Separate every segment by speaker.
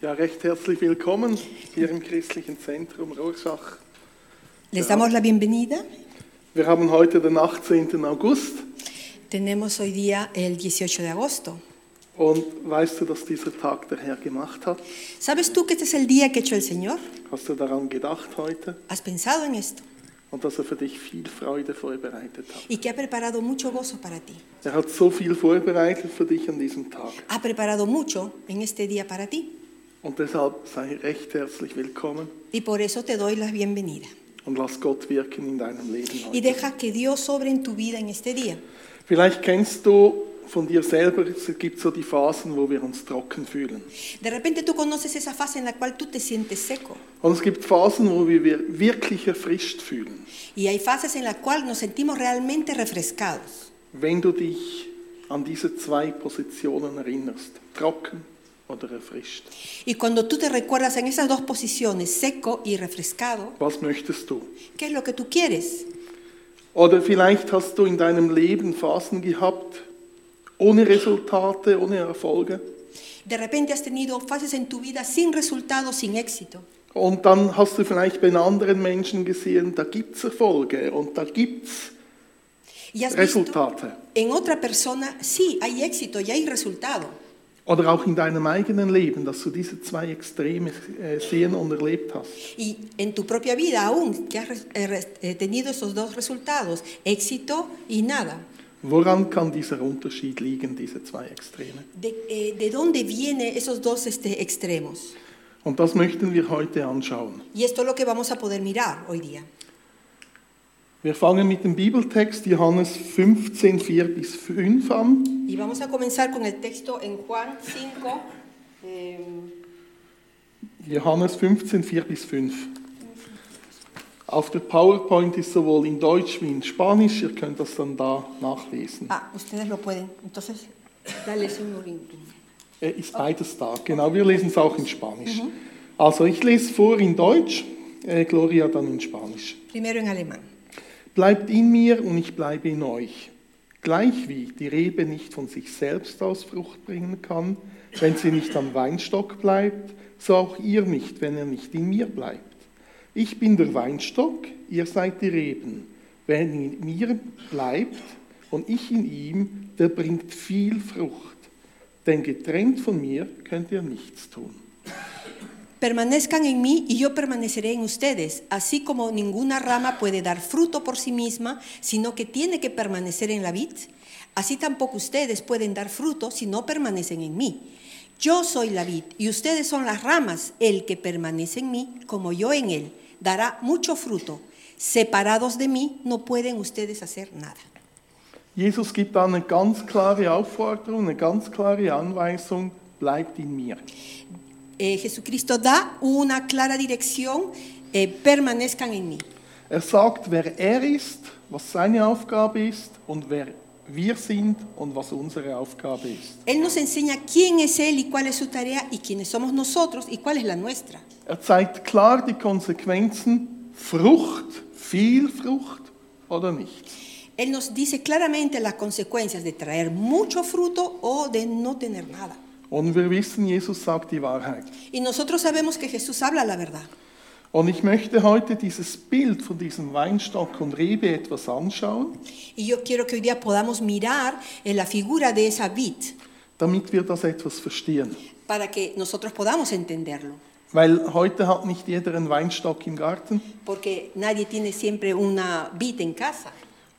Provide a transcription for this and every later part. Speaker 1: Ja, recht herzlich willkommen hier im Christlichen Zentrum Rorschach.
Speaker 2: Les damos la bienvenida.
Speaker 1: Wir haben heute den 18. August
Speaker 2: Tenemos hoy día el 18 de agosto.
Speaker 1: und weißt du, dass dieser Tag der Herr gemacht hat?
Speaker 2: ¿Sabes tú que este es el día que ha hecho el Señor?
Speaker 1: Hast du daran gedacht heute
Speaker 2: ¿Has pensado en esto?
Speaker 1: und dass er für dich viel Freude vorbereitet hat?
Speaker 2: Y que ha preparado mucho gozo para ti.
Speaker 1: Er hat so viel vorbereitet für dich an diesem Tag
Speaker 2: Ha preparado mucho en este día para ti.
Speaker 1: und deshalb sei recht herzlich willkommen
Speaker 2: Y por eso te doy la bienvenida.
Speaker 1: und lass Gott wirken in deinem Leben
Speaker 2: Y
Speaker 1: heute.
Speaker 2: deja que Dios sobre en tu vida en este día.
Speaker 1: Vielleicht kennst du von dir selber, es gibt so die Phasen, wo wir uns trocken fühlen.
Speaker 2: De repente tú conoces esa fase en la cual tú te sientes seco.
Speaker 1: Und es gibt Phasen, wo wir wir wirklich erfrischt fühlen.
Speaker 2: Y hay fases en las cuales nos sentimos realmente refrescados.
Speaker 1: Wenn du dich an diese zwei Positionen erinnerst, trocken oder erfrischt,
Speaker 2: Y cuando tú te recuerdas en esas dos posiciones, seco y refrescado,
Speaker 1: was möchtest du?
Speaker 2: ¿qué es lo que tú quieres?
Speaker 1: Oder vielleicht hast du in deinem Leben Phasen gehabt, ohne Resultate, ohne Erfolge.
Speaker 2: De repente has tenido fases en tu vida sin resultado, sin éxito.
Speaker 1: Und dann hast du vielleicht bei anderen Menschen gesehen, da gibt es Erfolge und da gibt es
Speaker 2: Y has visto
Speaker 1: Resultate.
Speaker 2: en otra persona, sí, hay éxito y hay resultado.
Speaker 1: Oder auch in deinem eigenen Leben, dass du diese zwei Extreme äh, sehen und erlebt hast.
Speaker 2: Y en tu propia vida aún, que has re- eh, re- eh, tenido esos dos resultados, éxito y nada.
Speaker 1: Woran kann dieser Unterschied liegen, diese zwei Extreme?
Speaker 2: ¿De, eh, de dónde vienen esos dos este, extremos?
Speaker 1: Und das möchten wir heute anschauen.
Speaker 2: Y esto es lo que vamos a poder mirar hoy día.
Speaker 1: Wir fangen mit dem Bibeltext Johannes 15, 4 bis 5 an.
Speaker 2: Y vamos a comenzar con el texto en Juan 5, eh,
Speaker 1: Johannes 15, 4 bis 5. Auf der PowerPoint ist sowohl in Deutsch wie in Spanisch, ihr könnt das dann da nachlesen.
Speaker 2: Ah, ustedes lo pueden. Entonces, dale, señor.
Speaker 1: Äh, Ist beides da, genau, wir lesen es auch in Spanisch. Also ich lese vor in Deutsch, äh, Gloria dann in Spanisch.
Speaker 2: Primero en alemán.
Speaker 1: Bleibt in mir und ich bleibe in euch. Gleichwie die Rebe nicht von sich selbst aus Frucht bringen kann, wenn sie nicht am Weinstock bleibt, so auch ihr nicht, wenn ihr nicht in mir bleibt. Ich bin der Weinstock, ihr seid die Reben. Wer in mir bleibt und ich in ihm, der bringt viel Frucht. Denn getrennt von mir könnt ihr nichts tun.
Speaker 2: Permanezcan en mí y yo permaneceré en ustedes, así como ninguna rama puede dar fruto por sí misma, sino que tiene que permanecer en la vid, así tampoco ustedes pueden dar fruto si no permanecen en mí. Yo soy la vid y ustedes son las ramas, el que permanece en mí, como yo en él, dará mucho fruto. Separados de mí no pueden ustedes hacer nada.
Speaker 1: Jesus gibt da eine ganz klare Aufforderung, eine ganz klare Anweisung, bleibt in mir.
Speaker 2: Eh, Jesucristo da una clara dirección, eh, permanezcan en mí.
Speaker 1: Er sagt, wer er ist, was seine Aufgabe ist und wer wir sind und was unsere Aufgabe ist.
Speaker 2: Él nos enseña quién es Él y cuál es su tarea y quiénes somos nosotros y cuál es la nuestra.
Speaker 1: Er zeigt klar die Konsequenzen, Frucht, viel Frucht oder nichts.
Speaker 2: Él nos dice claramente las consecuencias de traer mucho fruto o de no tener nada.
Speaker 1: Und wir wissen, Jesus sagt die Wahrheit.
Speaker 2: Y nosotros sabemos que Jesús habla la verdad.
Speaker 1: Und ich möchte heute dieses Bild von diesem Weinstock und Rebe etwas anschauen,
Speaker 2: Y yo quiero que hoy día podamos mirar en la figura de esa vid
Speaker 1: damit wir das etwas verstehen.
Speaker 2: para que nosotros podamos entenderlo.
Speaker 1: Weil heute hat nicht jeder einen Weinstock im Garten
Speaker 2: Porque nadie tiene siempre una vid en casa.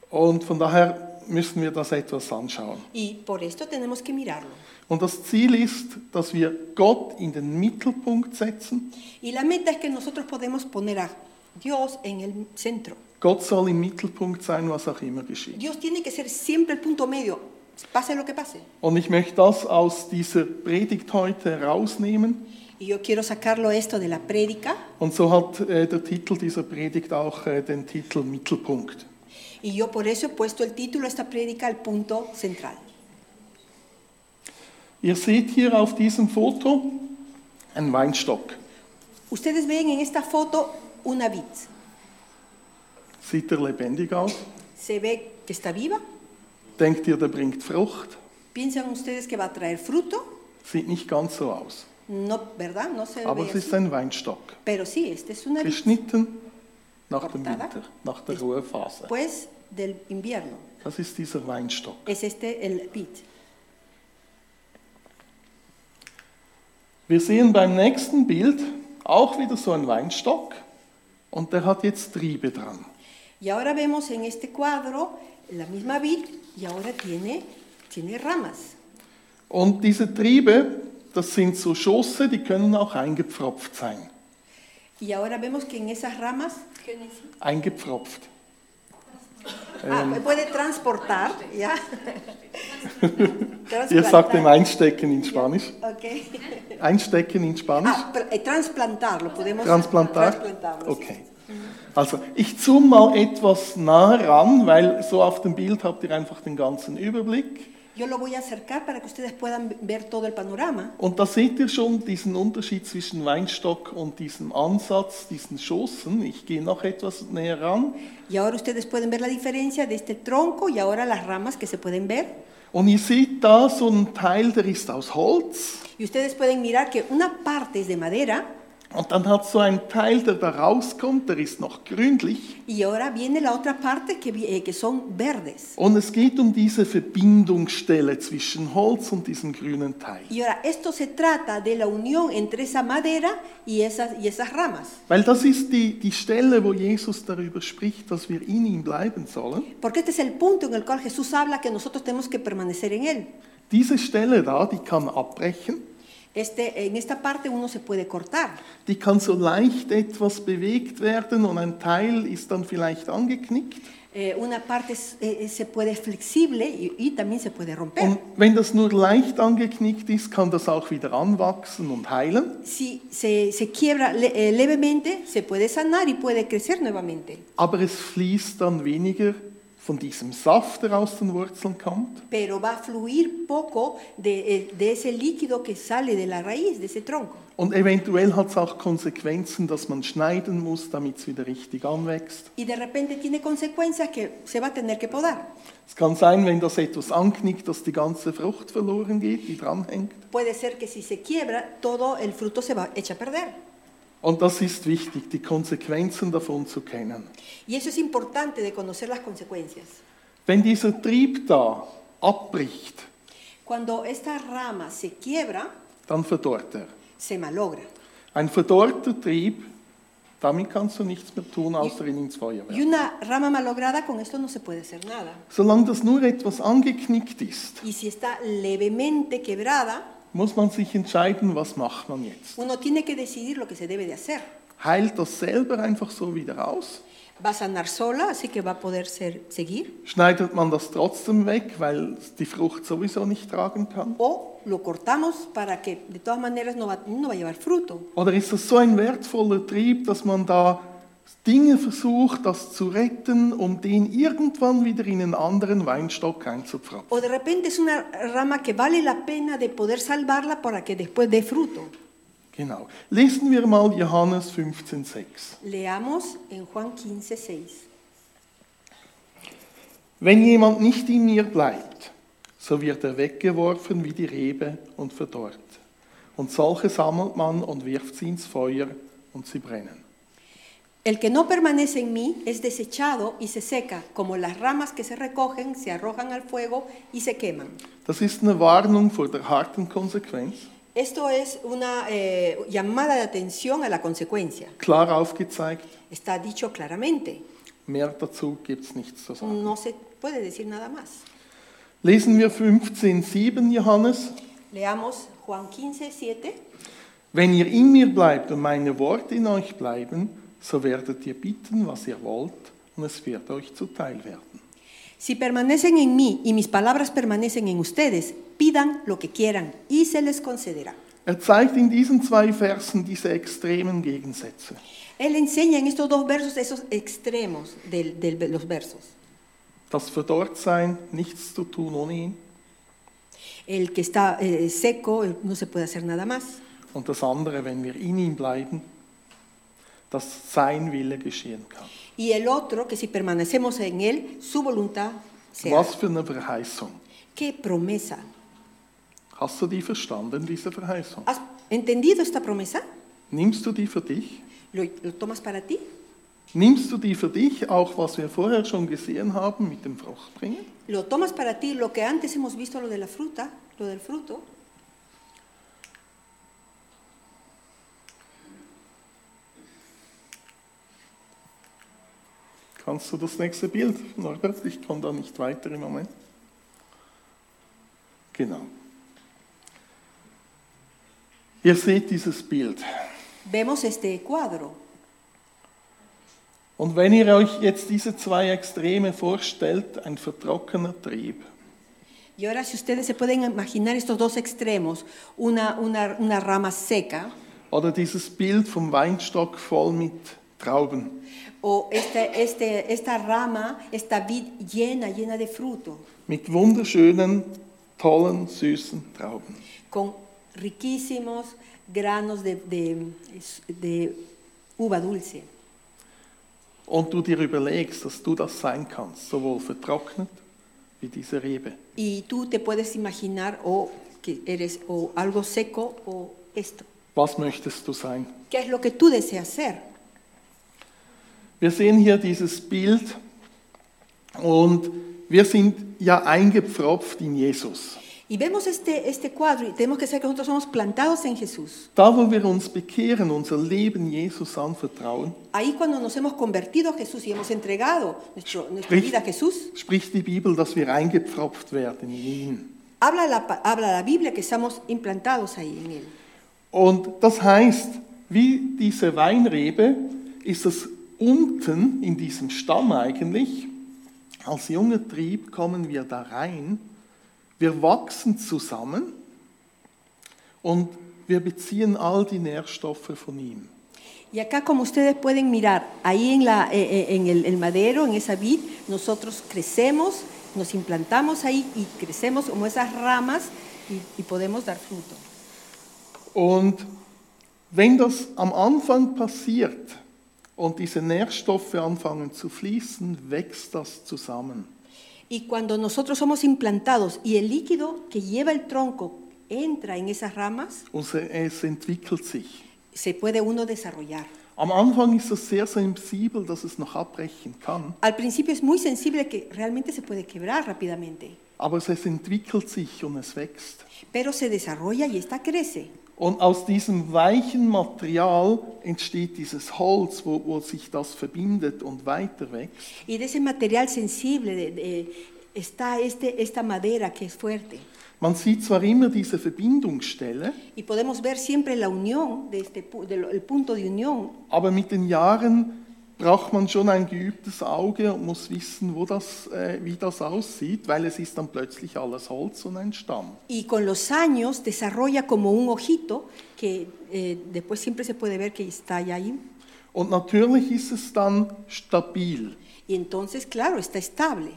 Speaker 1: und von daher müssen wir das etwas anschauen.
Speaker 2: Y por esto tenemos que mirarlo.
Speaker 1: Und das Ziel ist, dass wir Gott in den Mittelpunkt setzen.
Speaker 2: Y la meta es que nosotros podemos poner a Dios en el centro.
Speaker 1: Gott soll im Mittelpunkt sein, was auch immer geschieht.
Speaker 2: Dios tiene que ser siempre el punto medio, pase lo que pase.
Speaker 1: Und ich möchte das aus dieser Predigt heute herausnehmen.
Speaker 2: Y yo quiero sacarlo esto de la prédica,
Speaker 1: Und so hat äh, der Titel dieser Predigt auch äh, den Titel Mittelpunkt.
Speaker 2: y yo por eso he puesto el título a esta prédica al punto central.
Speaker 1: Ihr seht hier auf diesem Foto einen Weinstock.
Speaker 2: Ustedes ven en esta foto una vid.
Speaker 1: Sieht er lebendig aus?
Speaker 2: Se ve que está viva.
Speaker 1: Denkt ihr, der bringt Frucht?
Speaker 2: ¿Piensan ustedes que va a traer fruto?
Speaker 1: Sieht nicht ganz so aus.
Speaker 2: No, ¿verdad? No se
Speaker 1: aber
Speaker 2: ve
Speaker 1: es
Speaker 2: así.
Speaker 1: ist ein Weinstock.
Speaker 2: Pero sí, esta es una vid
Speaker 1: Geschnitten nach dem
Speaker 2: Cortada.
Speaker 1: Winter, nach der Ruhephase.
Speaker 2: después pues del invierno.
Speaker 1: Das ist dieser Weinstock.
Speaker 2: Es este el vid.
Speaker 1: Wir sehen beim nächsten Bild auch wieder so einen Weinstock und der hat jetzt Triebe dran.
Speaker 2: Y ahora vemos en este cuadro la misma vid y ahora tiene, tiene ramas.
Speaker 1: Und diese Triebe, das sind so Schosse, die können auch eingepfropft sein.
Speaker 2: Y ahora vemos que en esas ramas
Speaker 1: Eingepfropft.
Speaker 2: ah, puede transportar, ¿ya?
Speaker 1: Ihr sagt dem
Speaker 2: Transplantar.
Speaker 1: Einstecken in Spanisch.
Speaker 2: Ok.
Speaker 1: Einstecken in Spanisch.
Speaker 2: Ah, pr- eh, transplantarlo, podemos
Speaker 1: Transplantar?
Speaker 2: transplantarlo, sí.
Speaker 1: Okay. Also ich zoome mal etwas nah ran, weil so auf dem Bild habt ihr einfach den ganzen Überblick.
Speaker 2: Yo lo voy a acercar para que ustedes puedan ver todo el panorama.
Speaker 1: Und da seht ihr schon diesen Unterschied zwischen Weinstock und diesem Ansatz, diesen Schossen. Ich gehe noch etwas näher ran.
Speaker 2: Y ahora ustedes pueden ver la diferencia de este tronco y ahora las ramas que se pueden ver.
Speaker 1: Und ihr seht da so einen Teil, der ist aus Holz.
Speaker 2: Y ustedes pueden mirar que una parte es de madera
Speaker 1: Und dann hat so ein Teil, der da rauskommt, der ist noch gründlich.
Speaker 2: y ahora viene la otra parte que, vi- eh, que son verdes.
Speaker 1: Und es geht um diese Verbindungsstelle zwischen Holz und diesem grünen Teil.
Speaker 2: Y ahora, esto se trata de la unión entre esa madera y esas, y esas ramas.
Speaker 1: Weil das ist die, die Stelle, wo Jesus darüber spricht, dass wir in ihm bleiben sollen.
Speaker 2: Porque este es el punto en el cual Jesús habla que nosotros tenemos que permanecer en Él.
Speaker 1: Diese Stelle da, die kann man abbrechen,
Speaker 2: Este, en esta parte uno se puede cortar.
Speaker 1: die kann so leicht etwas bewegt werden und ein Teil ist dann vielleicht angeknickt.
Speaker 2: Eh, una parte es- eh, eh, se puede flexible y, y también se puede romper.
Speaker 1: Und wenn das nur leicht angeknickt ist, kann das auch wieder anwachsen und heilen.
Speaker 2: si se, se quiebra le- eh, levemente, se puede sanar y puede crecer nuevamente.
Speaker 1: Aber es fließt dann weniger von diesem Saft, der aus den Wurzeln kommt.
Speaker 2: Pero va a fluir poco de, eh, de ese líquido que sale de la raíz, de ese tronco.
Speaker 1: Und eventuell hat es auch Konsequenzen, dass man schneiden muss, damit es wieder richtig anwächst.
Speaker 2: Y de repente tiene consecuencias que se va a tener que podar.
Speaker 1: Es kann sein, wenn das etwas anknickt, dass die ganze Frucht verloren geht, die dranhängt.
Speaker 2: Puede ser que si se quiebra, todo el fruto se va echa a perder.
Speaker 1: Und das ist wichtig, die Konsequenzen davon zu kennen.
Speaker 2: Y eso es importante de conocer las consecuencias.
Speaker 1: Wenn dieser Trieb da abbricht,
Speaker 2: Cuando esta rama se quiebra,
Speaker 1: dann verdorrt er.
Speaker 2: se malogra.
Speaker 1: Ein verdorrter Trieb, damit kannst du nichts mehr tun, außer ihn ins Feuer
Speaker 2: Y
Speaker 1: werfen.
Speaker 2: una rama malograda, con esto no se puede hacer nada.
Speaker 1: Solange das nur etwas angeknickt ist,
Speaker 2: Y si está levemente quebrada,
Speaker 1: muss man sich entscheiden, was macht man jetzt.
Speaker 2: uno tiene que decidir lo que se debe de hacer.
Speaker 1: Heilt das selber einfach so wieder aus?
Speaker 2: Va a sanar sola, así que va a poder ser- seguir.
Speaker 1: Schneidet man das trotzdem weg, weil es die Frucht sowieso nicht tragen kann?
Speaker 2: O lo cortamos para que de todas maneras no va, no va a llevar fruto.
Speaker 1: Oder ist das so ein wertvoller Trieb, dass man da Dinge versucht, das zu retten, um den irgendwann wieder in einen anderen Weinstock einzupfropfen?
Speaker 2: O de repente es una rama que vale la pena de poder salvarla para que después dé fruto.
Speaker 1: Genau. Lesen wir mal Johannes 15,6.
Speaker 2: Leamos en Juan 15, 6.
Speaker 1: Wenn jemand nicht in mir bleibt, so wird er weggeworfen wie die Rebe und verdorrt. Und solche sammelt man und wirft sie ins Feuer und sie brennen.
Speaker 2: El que no permanece en mí es desechado y se seca, como las ramas que se recogen, se arrojan al fuego y se queman.
Speaker 1: Das ist eine Warnung vor der harten Konsequenz,
Speaker 2: Esto es una eh, llamada de atención a la consecuencia.
Speaker 1: klar aufgezeigt.
Speaker 2: Está dicho claramente,
Speaker 1: Mehr dazu gibt es nichts zu sagen.
Speaker 2: no se puede decir nada más.
Speaker 1: Lesen wir 15,7 Johannes.
Speaker 2: Leamos Juan 15, 7.
Speaker 1: Wenn ihr in mir bleibt und meine Worte in euch bleiben, so werdet ihr bitten, was ihr wollt, und es wird euch zuteil werden.
Speaker 2: Si permanecen en mí y mis palabras permanecen en ustedes, pidan lo que quieran y se les concederá.
Speaker 1: Er zeigt in diesen zwei Versen diese extremen Gegensätze.
Speaker 2: Él enseña en estos dos versos esos extremos del- del- de los versos.
Speaker 1: Das Verdorrtsein, nichts zu tun ohne ihn,
Speaker 2: El que está eh, seco eh, no se puede hacer nada más.
Speaker 1: und das andere, wenn wir in ihm bleiben, dass sein Wille geschehen kann.
Speaker 2: Y el otro, que si permanecemos en él, su voluntad se
Speaker 1: Was
Speaker 2: hace.
Speaker 1: für eine Verheißung.
Speaker 2: ¡Qué promesa!
Speaker 1: Hast du die verstanden, diese Verheißung?
Speaker 2: ¿Has ¿Entendido esta promesa?
Speaker 1: Nimmst du die für dich?
Speaker 2: ¿Lo, lo tomas para ti?
Speaker 1: Nimmst du die für dich, auch was wir vorher schon gesehen haben mit dem Fruchtbringen?
Speaker 2: ¿Lo tomas para ti lo que antes hemos visto, lo de la fruta, lo del fruto?
Speaker 1: Kannst du das nächste Bild, Norbert? Ich komme da nicht weiter im Moment. Genau. Ihr seht dieses Bild.
Speaker 2: Vemos este cuadro.
Speaker 1: Und wenn ihr euch jetzt diese zwei Extreme vorstellt, ein vertrockener Trieb,
Speaker 2: Y ahora si ustedes se pueden imaginar estos dos extremos, una, una, una rama seca
Speaker 1: Oder dieses Bild vom Weinstock voll mit Trauben.
Speaker 2: o esta, este, esta rama, esta vid llena, llena de fruto,
Speaker 1: Mit wunderschönen, tollen, süßen Trauben.
Speaker 2: con riquísimos granos de, de- de uva dulce.
Speaker 1: Und du dir überlegst, dass du das sein kannst, sowohl vertrocknet wie diese Rebe.
Speaker 2: Y tú te puedes imaginar o que eres o algo seco o esto.
Speaker 1: Was möchtest du sein?
Speaker 2: ¿Qué es lo que tú deseas ser?
Speaker 1: Wir sehen hier dieses Bild und wir sind ja eingepfropft in Jesus.
Speaker 2: Y vemos este, este cuadro y tenemos que saber que nosotros somos plantados en Jesús.
Speaker 1: Da, wo wir uns bekehren, unser Leben Jesus anvertrauen,
Speaker 2: Ahí cuando nos hemos convertido a Jesús y hemos entregado nuestro- nuestra
Speaker 1: Richt-
Speaker 2: vida a Jesús,
Speaker 1: spricht die Bibel, dass wir eingepfropft werden in ihn.
Speaker 2: habla la, pa- habla la Biblia que estamos implantados ahí en Él.
Speaker 1: Und das heißt, wie diese Weinrebe ist es unten in diesem Stamm eigentlich, als junger Trieb kommen wir da rein, wir wachsen zusammen und wir beziehen all die Nährstoffe von ihm.
Speaker 2: Y acá como ustedes pueden mirar, ahí en, la, eh, eh, en el, el madero, en esa vid, nosotros crecemos, nos implantamos ahí y crecemos como esas ramas y- y podemos dar fruto.
Speaker 1: Und wenn das am Anfang passiert und diese Nährstoffe anfangen zu fließen, wächst das zusammen.
Speaker 2: Y cuando nosotros somos implantados y el líquido que lleva el tronco entra en esas ramas,
Speaker 1: Und Also es entwickelt sich.
Speaker 2: se puede uno desarrollar.
Speaker 1: Am Anfang ist es sehr sensibel, dass es noch abbrechen kann,
Speaker 2: Al principio es muy sensible que realmente se puede quebrar rápidamente,
Speaker 1: aber es entwickelt sich und es wächst.
Speaker 2: pero se desarrolla y esta crece.
Speaker 1: Und aus diesem weichen Material entsteht dieses Holz, wo, wo sich das verbindet und weiter wächst.
Speaker 2: Y de ese material sensible de- de- está este, esta madera que es fuerte.
Speaker 1: Man sieht zwar immer diese Verbindungsstelle,
Speaker 2: Y podemos ver siempre la unión, de este, pu- de lo- el punto de unión,
Speaker 1: aber mit den Jahren braucht man schon ein geübtes Auge und muss wissen, wo das, äh, wie das aussieht, weil es ist dann plötzlich alles Holz und ein Stamm.
Speaker 2: y con los años desarrolla como un ojito que eh, después siempre se puede ver que está ya ahí.
Speaker 1: Und natürlich ist es dann stabil.
Speaker 2: Y entonces, claro, está estable.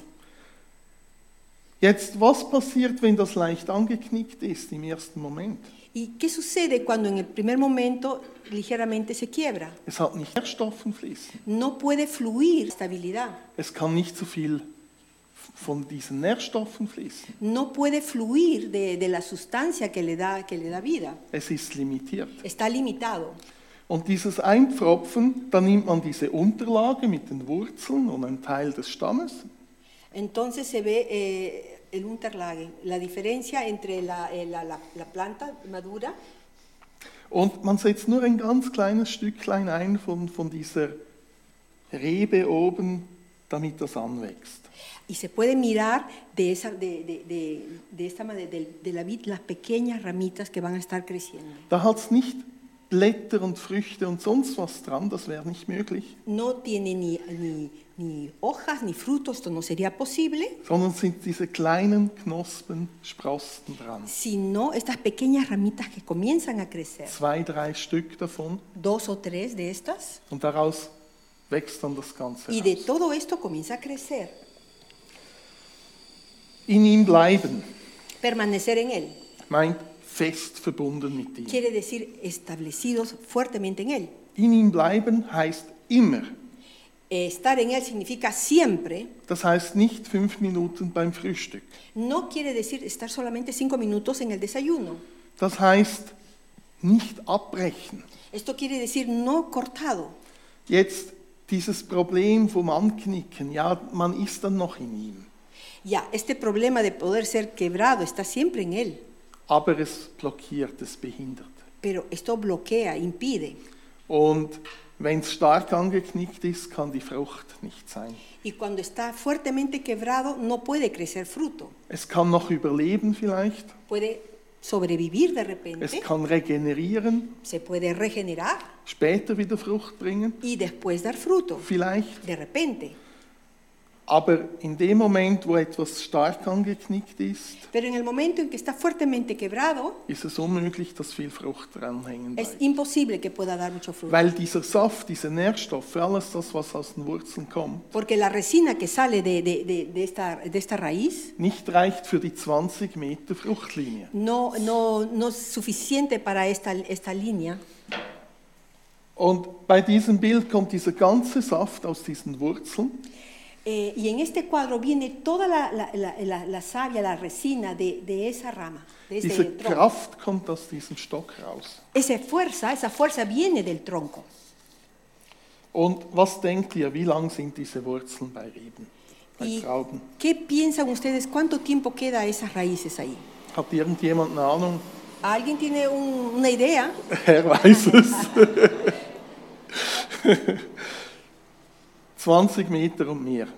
Speaker 1: Jetzt, was passiert, wenn das leicht angeknickt ist im ersten Moment?
Speaker 2: ¿Y qué sucede cuando en el primer momento ligeramente se quiebra?
Speaker 1: Es hat nicht Nährstoffen fließen.
Speaker 2: No puede fluir estabilidad,
Speaker 1: Es kann nicht so viel von diesen Nährstoffen fließen.
Speaker 2: no puede fluir de, de la sustancia que le, da, que le da vida.
Speaker 1: Es ist limitiert.
Speaker 2: Está limitado.
Speaker 1: Und dieses Einpfropfen, dann nimmt man diese Unterlage mit den Wurzeln und einem Teil des Stammes
Speaker 2: Entonces se ve eh, el unterlage, la diferencia entre la, eh, la- la- la planta madura
Speaker 1: und man setzt nur ein ganz kleines Stücklein ein von, von dieser Rebe oben, damit das anwächst.
Speaker 2: y se puede mirar de, esa, de, de- de- de esta, made- del- de la vid las pequeñas ramitas que van a estar creciendo.
Speaker 1: Da hat es nicht Blätter und Früchte und sonst was dran, das wäre nicht möglich.
Speaker 2: no tiene ni, ni- ni hojas ni frutos, esto no sería posible,
Speaker 1: sondern sind diese kleinen Knospen, Sprossen dran.
Speaker 2: sino estas pequeñas ramitas que comienzan a crecer,
Speaker 1: Zwei, drei Stück davon
Speaker 2: dos o tres de estas,
Speaker 1: und daraus wächst dann das Ganze.
Speaker 2: y de
Speaker 1: Raus.
Speaker 2: todo esto comienza a crecer,
Speaker 1: In ihm bleiben
Speaker 2: permanecer en Él.
Speaker 1: meint fest verbunden mit ihm.
Speaker 2: Quiere decir establecidos fuertemente en Él.
Speaker 1: In ihm bleiben heißt immer.
Speaker 2: Eh, Estar en Él significa siempre,
Speaker 1: Das heißt nicht fünf Minuten beim Frühstück.
Speaker 2: no quiere decir estar solamente cinco minutos en el desayuno,
Speaker 1: Das heißt nicht abbrechen.
Speaker 2: Esto quiere decir no cortado.
Speaker 1: Jetzt dieses Problem vom Anknicken, ja, man ist dann noch in ihm,
Speaker 2: Ya, este problema de poder ser quebrado está siempre en él,
Speaker 1: aber es blockiert, es behindert.
Speaker 2: pero esto bloquea, impide.
Speaker 1: Und wenn es stark angeknickt ist, kann die Frucht nicht sein.
Speaker 2: Y cuando está fuertemente quebrado no puede crecer fruto,
Speaker 1: Es kann noch überleben vielleicht,
Speaker 2: puede sobrevivir de
Speaker 1: es
Speaker 2: repente,
Speaker 1: kann regenerieren,
Speaker 2: se puede regenerar
Speaker 1: später wieder Frucht bringen,
Speaker 2: y después dar fruto,
Speaker 1: vielleicht.
Speaker 2: de repente.
Speaker 1: Aber in dem Moment, wo etwas stark angeknickt ist,
Speaker 2: Pero en el momento en que está fuertemente quebrado,
Speaker 1: ist es unmöglich, dass viel Frucht dranhängen
Speaker 2: es
Speaker 1: bleibt.
Speaker 2: imposible que pueda dar mucho fruto.
Speaker 1: Weil dieser Saft, diese Nährstoffe, alles das, was aus den Wurzeln kommt,
Speaker 2: Porque la resina que sale de, de- de- de esta, de esta raíz
Speaker 1: nicht reicht für die 20 Meter Fruchtlinie.
Speaker 2: no, no, no es suficiente para esta, esta línea.
Speaker 1: Und bei diesem Bild kommt dieser ganze Saft aus diesen Wurzeln
Speaker 2: Eh, y en este cuadro viene toda la, la, la- la- la savia, la resina de, de esa rama, de ese
Speaker 1: Diese
Speaker 2: tronco.
Speaker 1: Kraft kommt aus diesem Stock raus.
Speaker 2: Esa fuerza, esa fuerza viene del tronco.
Speaker 1: Und was denkt ihr, wie lang sind diese Wurzeln bei Reben, bei
Speaker 2: ¿Y
Speaker 1: Trauben?
Speaker 2: qué piensan ustedes? ¿Cuánto tiempo queda esas raíces ahí?
Speaker 1: Hat irgendjemand eine Ahnung?
Speaker 2: ¿Alguien tiene un- una idea?
Speaker 1: Er weiß es. 20 Meter und mehr.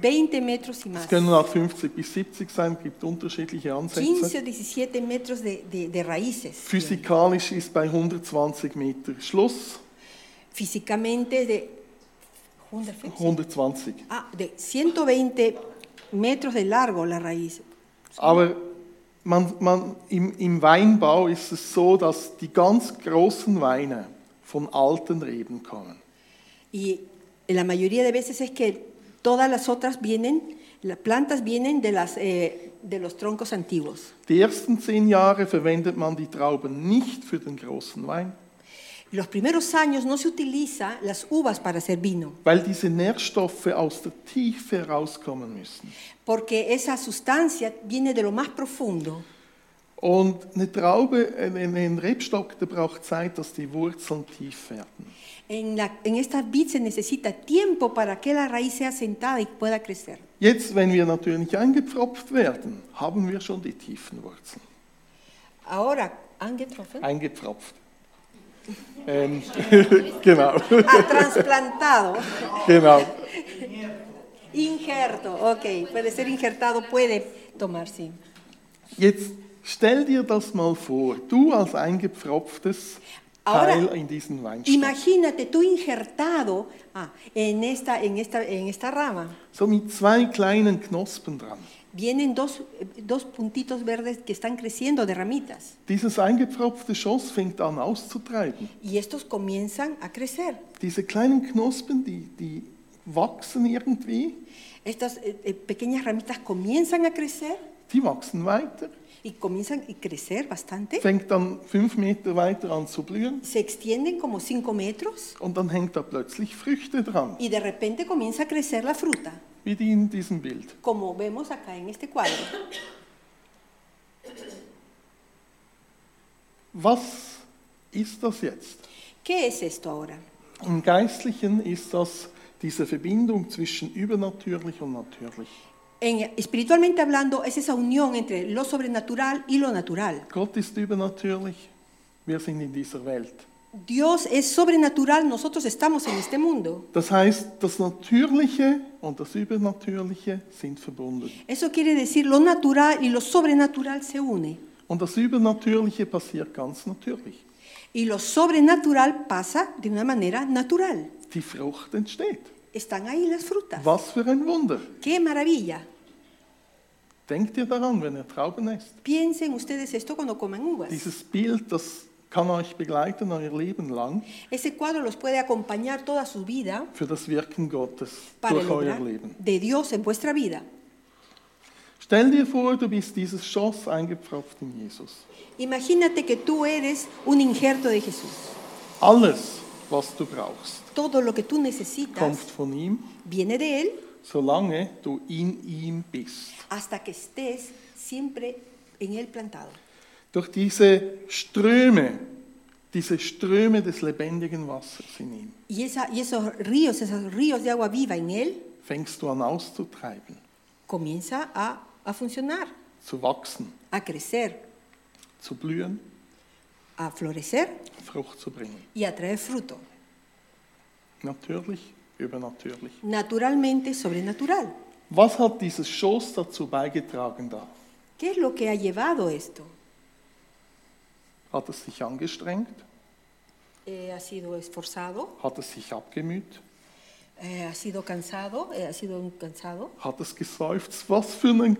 Speaker 2: 20 metros y más.
Speaker 1: Es können auch 50 bis 70 sein, gibt unterschiedliche
Speaker 2: 15 o
Speaker 1: Ansätze.
Speaker 2: 17 metros de, de- de raíces.
Speaker 1: Physikalisch ist bei 120 Meter Schluss.
Speaker 2: Físicamente de,
Speaker 1: 120.
Speaker 2: Ah, de 120 metros de largo la raíz.
Speaker 1: Aber man, man, im, im Weinbau ist es so, dass die ganz großen Weine von alten Reben kommen.
Speaker 2: Y la mayoría de veces es que todas las otras vienen, las plantas vienen de, las, eh, de los troncos antiguos.
Speaker 1: Die ersten zehn Jahre verwendet man die Trauben nicht für den großen Wein,
Speaker 2: Los primeros años no se utiliza las uvas para hacer vino,
Speaker 1: weil diese Nährstoffe aus der Tiefe herauskommen müssen.
Speaker 2: porque esa sustancia viene de lo más profundo.
Speaker 1: Und eine Traube, ein, ein ein Rebstock, der braucht Zeit, dass die Wurzeln tief werden.
Speaker 2: En, la, en esta vid se necesita tiempo para que la raíz sea sentada y pueda crecer.
Speaker 1: Jetzt, wenn wir natürlich eingepfropft werden, haben wir schon die tiefen Wurzeln.
Speaker 2: Ahora, ¿han getroffen?
Speaker 1: Eingepfropft. Ähm, genau,
Speaker 2: Ah, trasplantado.
Speaker 1: genau.
Speaker 2: Injerto, ok. Puede ser injertado, puede tomar, sí.
Speaker 1: Jetzt stell dir das mal vor, du als eingepfropftes
Speaker 2: Ahora,
Speaker 1: Teil in diesen Weinstock.
Speaker 2: Imagínate tú injertado ah, en, esta, en, esta, en esta rama.
Speaker 1: So mit zwei kleinen Knospen dran.
Speaker 2: Vienen dos, dos puntitos verdes que están creciendo de ramitas.
Speaker 1: Dieses eingepfropfte Schoss fängt an auszutreiben.
Speaker 2: Y estos comienzan a crecer.
Speaker 1: Diese kleinen Knospen, die, die wachsen irgendwie,
Speaker 2: Estas eh, eh, pequeñas ramitas comienzan a crecer
Speaker 1: die wachsen weiter,
Speaker 2: y comienzan a crecer bastante.
Speaker 1: fängt dann fünf Meter weiter an zu blühen
Speaker 2: Se extienden como 5 metros
Speaker 1: und dann hängt da plötzlich Früchte dran,
Speaker 2: y de repente comienza a crecer la fruta,
Speaker 1: wie die in diesem Bild.
Speaker 2: como vemos acá en este cuadro.
Speaker 1: Was ist das jetzt?
Speaker 2: ¿Qué es esto ahora?
Speaker 1: Im Geistlichen ist das diese Verbindung zwischen übernatürlich und natürlich.
Speaker 2: En- espiritualmente hablando, es esa unión entre lo sobrenatural y lo natural.
Speaker 1: Gott ist übernatürlich, wir sind in dieser Welt.
Speaker 2: Dios es sobrenatural, nosotros estamos en este mundo.
Speaker 1: Das heißt, das Natürliche und das Übernatürliche sind verbunden.
Speaker 2: Eso quiere decir lo natural y lo sobrenatural se une.
Speaker 1: Und das Übernatürliche passiert ganz natürlich.
Speaker 2: Y lo sobrenatural pasa de una manera natural.
Speaker 1: Die Frucht entsteht.
Speaker 2: Están ahí las frutas.
Speaker 1: Was für ein Wunder.
Speaker 2: ¡Qué maravilla!
Speaker 1: Denkt ihr daran, wenn ihr Trauben esst.
Speaker 2: Piensen ustedes esto cuando coman uvas.
Speaker 1: Dieses Bild, das kann euch begleiten euer Leben lang
Speaker 2: Ese cuadro los puede acompañar toda su vida
Speaker 1: für das Wirken Gottes
Speaker 2: para
Speaker 1: durch
Speaker 2: el
Speaker 1: euer
Speaker 2: obrar
Speaker 1: Leben.
Speaker 2: de Dios en vuestra vida.
Speaker 1: Stell dir vor, du bist dieses Schoss eingepfropft in Jesus.
Speaker 2: Imagínate que tú eres un injerto de Jesús.
Speaker 1: Alles, was du brauchst,
Speaker 2: Todo lo que tú necesitas
Speaker 1: kommt von ihm,
Speaker 2: viene de Él
Speaker 1: solange du in ihm bist.
Speaker 2: hasta que estés siempre en Él plantado.
Speaker 1: durch diese Ströme, diese Ströme des lebendigen Wassers in ihm,
Speaker 2: Y, esa- y esos ríos, esos ríos de agua viva en él,
Speaker 1: fängst du an auszutreiben,
Speaker 2: comienza a, a funcionar,
Speaker 1: zu wachsen,
Speaker 2: a crecer,
Speaker 1: zu blühen,
Speaker 2: a florecer
Speaker 1: Frucht zu bringen.
Speaker 2: y a traer fruto.
Speaker 1: Natürlich, übernatürlich.
Speaker 2: Naturalmente, sobrenatural.
Speaker 1: Was hat dieses Schoß dazu beigetragen da?
Speaker 2: ¿Qué es lo que ha llevado esto?
Speaker 1: Hat es sich angestrengt?
Speaker 2: Eh, ¿Ha sido esforzado?
Speaker 1: Hat es sich abgemüht?
Speaker 2: Eh, ¿Ha sido cansado? Eh, ¿Ha sido un cansado?
Speaker 1: Hat es geseufzt? Was für eine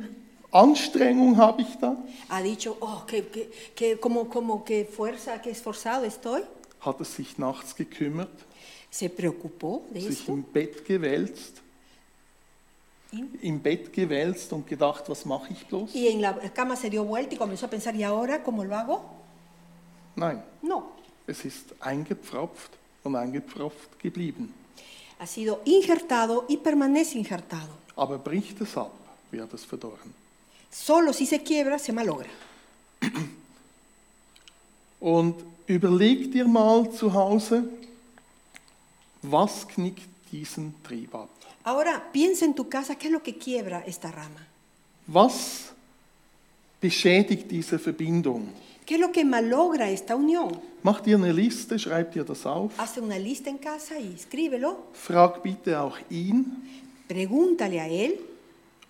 Speaker 1: Anstrengung habe ich da?
Speaker 2: ¿Ha dicho, oh, qué, qué, qué, cómo, cómo, qué fuerza, qué esforzado estoy?
Speaker 1: Hat es sich nachts gekümmert?
Speaker 2: ¿Se preocupó de
Speaker 1: Sich
Speaker 2: esto?
Speaker 1: im Bett gewälzt?
Speaker 2: In-
Speaker 1: Im Bett gewälzt und gedacht, was mache ich bloß?
Speaker 2: Y en la cama se dio vuelta y comenzó a pensar, ¿y ahora cómo lo hago?
Speaker 1: Nein,
Speaker 2: No,
Speaker 1: es ist eingepfropft und eingepfropft geblieben.
Speaker 2: ha sido injertado y permanece injertado.
Speaker 1: Aber bricht es ab, wird es verdorren.
Speaker 2: Solo si se quiebra, se malogra.
Speaker 1: Und überleg dir mal zu Hause, was knickt diesen Trieb ab?
Speaker 2: Ahora piensa en tu casa, ¿qué es lo que quiebra esta rama?
Speaker 1: Was beschädigt diese Verbindung?
Speaker 2: ¿Qué es lo que malogra esta unión?
Speaker 1: Mach dir eine Liste, schreib dir das auf.
Speaker 2: Hace una lista en casa y escríbelo.
Speaker 1: Frag bitte auch ihn
Speaker 2: Pregúntale a él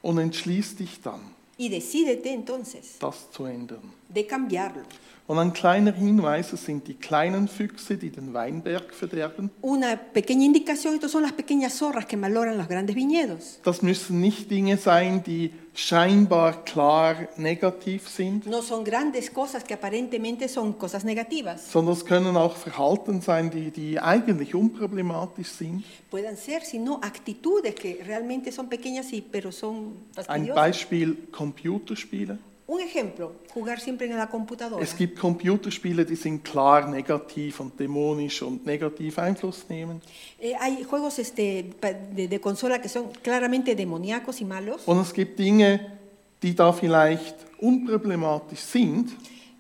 Speaker 1: und entschließ dich dann,
Speaker 2: y decídete entonces
Speaker 1: das zu ändern.
Speaker 2: de cambiarlo.
Speaker 1: Und ein kleiner Hinweis, es sind die kleinen Füchse, die den Weinberg verderben.
Speaker 2: Una pequeña indicación, estas son las pequeñas zorras que malogran los grandes viñedos.
Speaker 1: Das müssen nicht Dinge sein, die scheinbar klar negativ sind,
Speaker 2: No son grandes cosas que aparentemente son cosas negativas.
Speaker 1: sondern es können auch Verhalten sein, die, die eigentlich unproblematisch sind.
Speaker 2: Puedan ser, sino actitudes que realmente son pequeñas, y, pero son
Speaker 1: Ein
Speaker 2: fastidiosas.
Speaker 1: Beispiel Computerspiele.
Speaker 2: Un ejemplo, jugar siempre en la computadora.
Speaker 1: Es gibt Computerspiele, die sind klar negativ und dämonisch und negativ Einfluss nehmen.
Speaker 2: Eh, hay juegos este, pa- de, de consola que son claramente demoníacos y malos,
Speaker 1: Und es gibt Dinge, die da vielleicht unproblematisch sind,